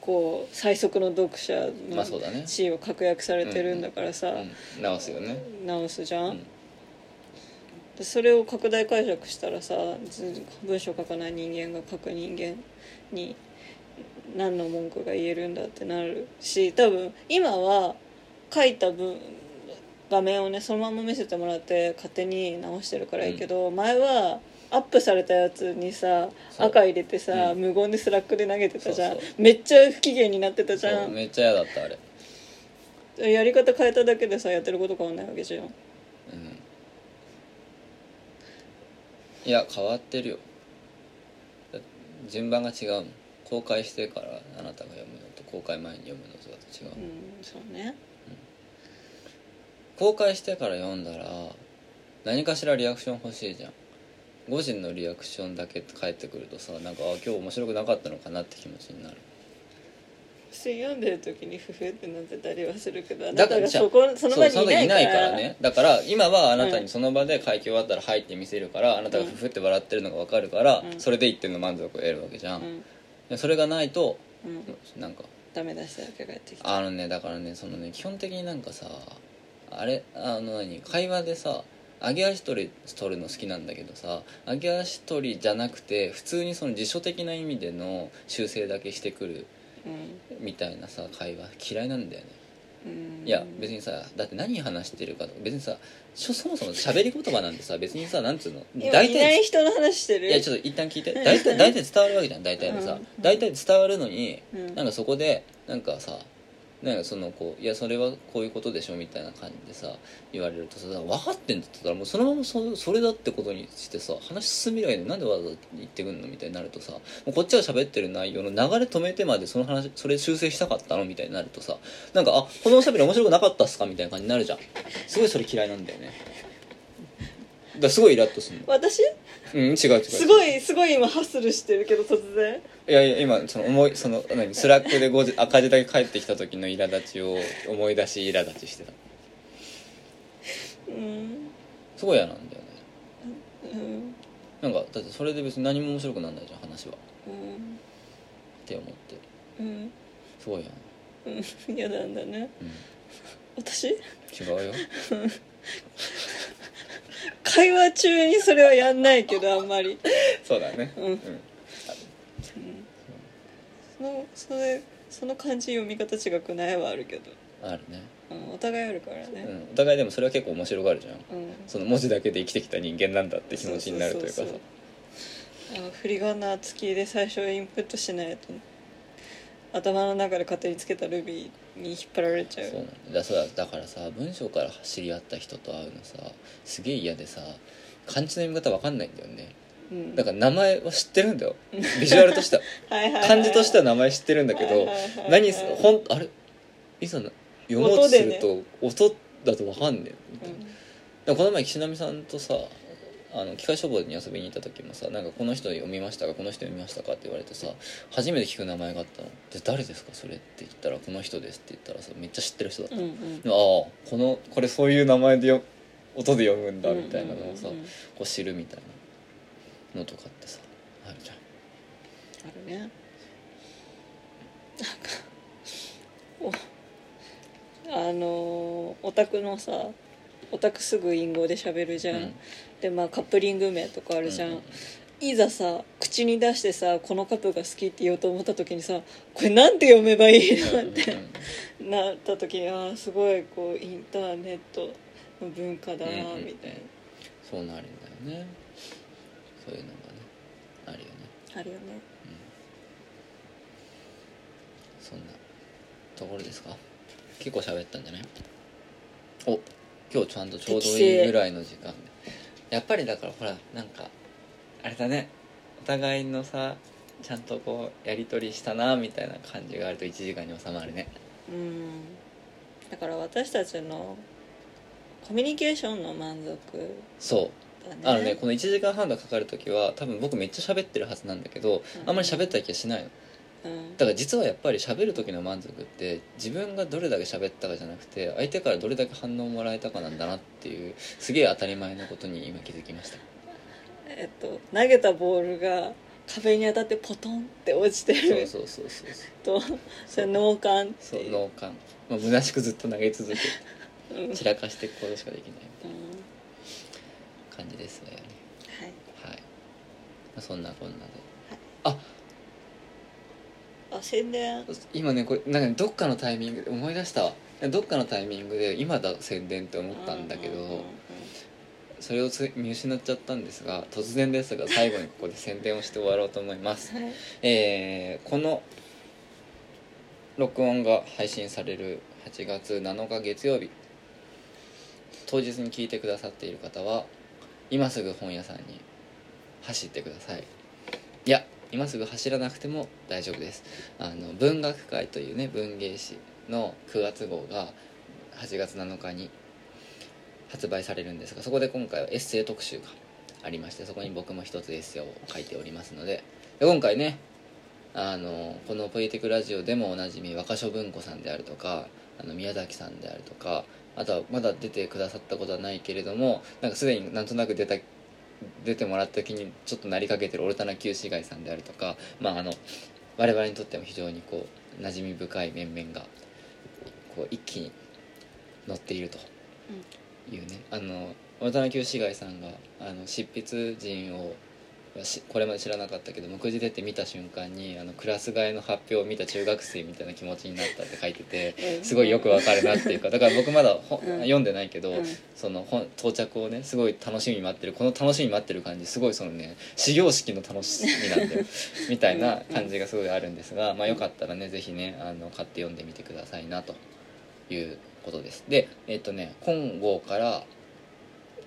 S2: こう最速の読者
S1: うんまあそうだね
S2: の、地位を確約されてるんだからさ、
S1: うん、直すよね、
S2: 直すじゃ、
S1: うん
S2: でそれを拡大解釈したらさず文章書かない人間が書く人間に何の文句が言えるんだってなるし多分今は書いた文画面をねそのまま見せてもらって勝手に直してるからいいけど、前はアップされたやつにさ
S1: そう
S2: 赤入れてさ、
S1: うん
S2: 無言でスラックで投げてたじゃん
S1: そうそ
S2: めっちゃ不機嫌になってたじ
S1: そ
S2: ゃ
S1: うんめっちゃ嫌だったあれ、
S2: やり方変えただけでさやってること変わんないわけじゃん
S1: うん、いや変わってるよだ順番が違うもん公開してからあなたが読むのと公開前に読むのとだと違う、
S2: うんそうね
S1: 公開してから読んだら何かしらリアクション欲しいじゃん5時のリアクションだけ返ってくるとさなんかあ今日面白くなかったのかなって気持ちになる
S2: 普通に読んでる時に「ふふ」ってなってたりはするけど
S1: だ
S2: あな
S1: か
S2: た
S1: ら
S2: がそこその場
S1: そう
S2: にいないから
S1: ねだから今はあなた
S2: う
S1: に
S2: ん
S1: その場で会計終わったら「はい」って見せるから、あなたが
S2: うん
S1: ふふって笑ってるのが分かるから、
S2: うん
S1: それで一定の満足を得るわけじゃ、
S2: うんん
S1: でそれがないと
S2: うん
S1: なんか
S2: ダメ出しただけがやってきた
S1: あのねだからねそのね基本的になんかさあれあの何会話でさ揚げ足取り取るの好きなんだけどさ揚げ足取りじゃなくて普通にその辞書的な意味での修正だけしてくる
S2: うん
S1: みたいなさ会話嫌いなんだよね
S2: うん
S1: いや別にさだって何話してるか別にさしょそもそも喋り言葉なんてさ別にさなんつうの
S2: 今
S1: 大
S2: いない
S1: 体
S2: 人の話してる
S1: いやちょっと一旦聞いて大体大体伝わるわけじゃん大体で
S2: う
S1: さ
S2: ん
S1: 大体伝わるのに
S2: うん
S1: なんかそこでなんかさなんかそのこういやそれはこういうことでしょみたいな感じでさ言われるとさ分かってんだったらもうそのままそそれだってことにしてさ話進みないでなんでわざわざ言ってくんのみたいになるとさもうこっちが喋ってる内容の流れ止めてまでその話それ修正したかったのみたいになるとさなんかあこのおしゃべり面白くなかったっすかみたいな感じになるじゃんすごいそれ嫌いなんだよねだからすごいイラッとするの
S2: 私
S1: うん違う違う
S2: すごいすごい今ハッスルしてるけど突然
S1: いやいや今その思いその何スラックで5時赤字だけ帰ってきた時の苛立ちを思い出し苛立ちしてた
S2: うん
S1: すごい嫌なんだよね
S2: うん
S1: なんかだってそれで別に何も面白くならないじゃん話はっ
S2: うん
S1: て思って
S2: うん
S1: すごい嫌な
S2: うん嫌なんだね私
S1: のうん違うよ
S2: 会話中にそれはやんないけどあんまり
S1: (laughs) そうだね
S2: うんそのそれその漢字読み方違くないはあるけど、
S1: あるね、
S2: うん、お互いあるから
S1: う
S2: ね
S1: ん、お互いでもそれは結構面白がるじゃん
S2: うん
S1: その文字だけで生きてきた人間なんだって気持ちになるというかさ
S2: そそそそうあの振り仮名付きで最初インプットしないと頭の中で勝手につけたルビーに引っ張られちゃ
S1: そう
S2: う
S1: なんだだそうだだからさ文章から知り合った人と会うのさすげえ嫌でさ漢字の読み方わかんないんだよね
S2: うん
S1: だから名前は知ってるんだよビジュアルと
S2: (laughs)
S1: しては
S2: はいはいはい
S1: 漢字としては名前知ってるんだけ
S2: はい
S1: ど
S2: はいはいはい
S1: 何すほんあれいざな読もうとすると音だとわかんねえみたいなでもこの前岸波さんとさあの機械書房に遊びに行った時もさ「なんかこの人読みましたかこの人読みましたか?」って言われてさ初めて聞く名前があったの「で誰ですかそれ?」って言ったら「この人です」って言ったらさめっちゃ知ってる人だった、
S2: うんう
S1: あ
S2: ん
S1: あこのこれそういう名前でよ音で読むん
S2: う
S1: だ
S2: ん
S1: みたいなのをさ、
S2: うんうんうん
S1: こう知るみたいなのとかってさあるじゃん
S2: あるねなんかおあのーオタクのさオタクすぐ隠語で喋るじゃん、
S1: うん
S2: でまあカップリング名とかあるじゃん、
S1: うんうん
S2: いざさ口に出してさこのカップが好きって言おうと思った時にさこれなんて読めばいいの (laughs) って
S1: うんうん
S2: なった時にああすごいこうインターネットの文化
S1: う
S2: だな
S1: んうんうん
S2: みたい
S1: そうなるんだよねそういうのがねあるよね
S2: な、あるよね
S1: そんなところですか結構喋ったんじゃないお今日ちゃんとちょうど
S2: 適
S1: いい
S2: 正
S1: ぐらいの時間やっぱりだからほらなんかあれだねお互いのさちゃんとこうやり取りしたなみたいな感じがあると1時間に収まるね
S2: うんだから私たちのコミュニケーションの満足
S1: そう
S2: だね
S1: あのねこの1時間半がかかる時は多分僕めっちゃ喋ってるはずなんだけど
S2: うん
S1: あんまり喋った気がしないの
S2: うん
S1: だから実はやっぱり喋る時の満足って自分がどれだけ喋ったかじゃなくて相手からどれだけ反応をもらえたかなんだなっていうすげえ当たり前のことに今気づきました
S2: えっと投げたボールが壁に当たってポトンって落ちて
S1: そう
S2: る
S1: そうそうそう
S2: とそれ脳幹って
S1: そう
S2: いう
S1: 脳幹、まあ、虚しくずっと投げ続けて
S2: うん
S1: 散らかしていくことしかできない
S2: うん
S1: 感じですわよね
S2: はい
S1: はい、まあ、そんなこんなで
S2: あ宣伝
S1: 今ねこれなんかねどっかのタイミングで思い出したわどっかのタイミングで今だ宣伝って思ったんだけど、
S2: ううんうん
S1: それをつ見失っちゃったんですが突然ですが最後にここで宣伝をして終わろうと思います
S2: うんはい
S1: えーこの録音が配信される8月7日月曜日当日に聞いてくださっている方は今すぐ本屋さんに走ってくださいいや今すぐ走らなくても大丈夫ですあの文学界というね文芸誌の9月号が8月7日に発売されるんですがそこで今回はエッセイ特集がありましてそこに僕も一つエッセイを書いておりますのでで今回ねあのこの「ポエティクラジオ」でもおなじみ若所文庫さんであるとかあの宮崎さんであるとかあとはまだ出てくださったことはないけれどもなんかすでになんとなく出た出てもらった気にちょっとなりかけてるオルタナ旧市街さんであるとか、まあ、あの我々にとっても非常にこう馴染み深い面々がこう一気に乗っているというね、あの渡辺旧市街さんがあの執筆陣をしこれまで知らなかったけど目次出て見た瞬間にあのクラス替えの発表を見た中学生みたいな気持ちになったって書いてて
S2: うん
S1: すごいよくわかるなっていうかだから僕まだ本、
S2: うん
S1: 読んでないけど、
S2: うん
S1: その本到着をねすごい楽しみに待ってるこの楽しみに待ってる感じすごいそのね始業式の楽しみなんだ
S2: (laughs)
S1: よみたいな感じがすごいあるんですが、まあ、よかったらねぜひねあの買って読んでみてくださいなということですでえっ、とね今号から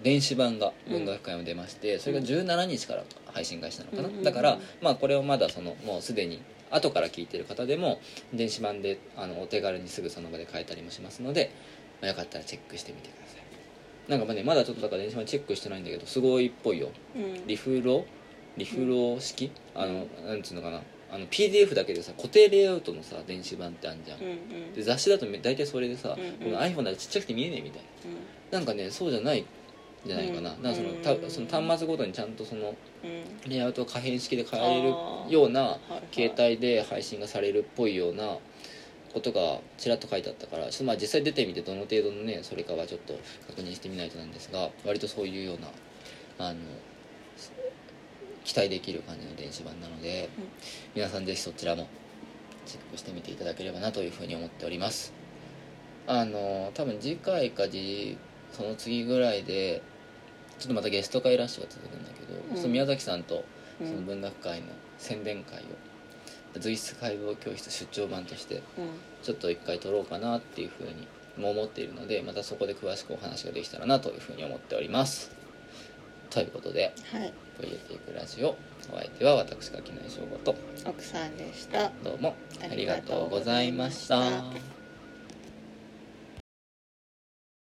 S1: 電子版が文学会も出まして、それが17日から配信開始なのかな、
S2: うん
S1: だから
S2: うん
S1: まあこれをまだそのもうすでに後から聞いてる方でも電子版であのお手軽にすぐその場で買えたりもしますので、まあよかったらチェックしてみてくださいなんかまあねまだちょっとだから電子版チェックしてないんだけどすごいっぽいよ
S2: うん
S1: リフロリフロ式、あのなんつうのかなあの PDF だけでさ固定レイアウトのさ電子版ってあるじゃん、
S2: うんうん
S1: で雑誌だとめ大体それでさ、
S2: う
S1: こ
S2: ん
S1: の iPhone だとちっちゃくて見えねえみたいななんかねそうじゃないんじゃないかな,、
S2: うん
S1: なんかその
S2: うん
S1: たその端末ごとにちゃんとその
S2: うんうん
S1: レイアウトを可変式で変えれる
S2: あー
S1: ような
S2: はいはい
S1: 携帯で配信がされるっぽいようなことがちらっと書いてあったからちょっとまあ実際出てみてどの程度のねそれかはちょっと確認してみないとなんですが割とそういうようなあのす期待できる感じの電子版なので、
S2: うん
S1: 皆さんぜひそちらもチェックしてみていただければなというふうに思っておりますあの多分次回か次その次ぐらいでちょっとまたゲスト会ラッシュが続くんだけど、
S2: うん
S1: その宮崎さんと
S2: う
S1: その
S2: ん
S1: 文学会の宣伝会を髄質解剖教室出張版として
S2: うん
S1: ちょっと一回撮ろうかなっていうふうにも思っているのでまたそこで詳しくお話ができたらなというふうに思っておりますということで
S2: はい
S1: 「ポイエティクラジオ」お相手は私垣内翔吾と
S2: 奥さんでした
S1: どうもあ
S2: あ
S1: り
S2: り
S1: が
S2: が
S1: と
S2: と
S1: うご
S2: うご
S1: ざ
S2: ざ
S1: い
S2: い
S1: ま
S2: ま
S1: し。
S2: した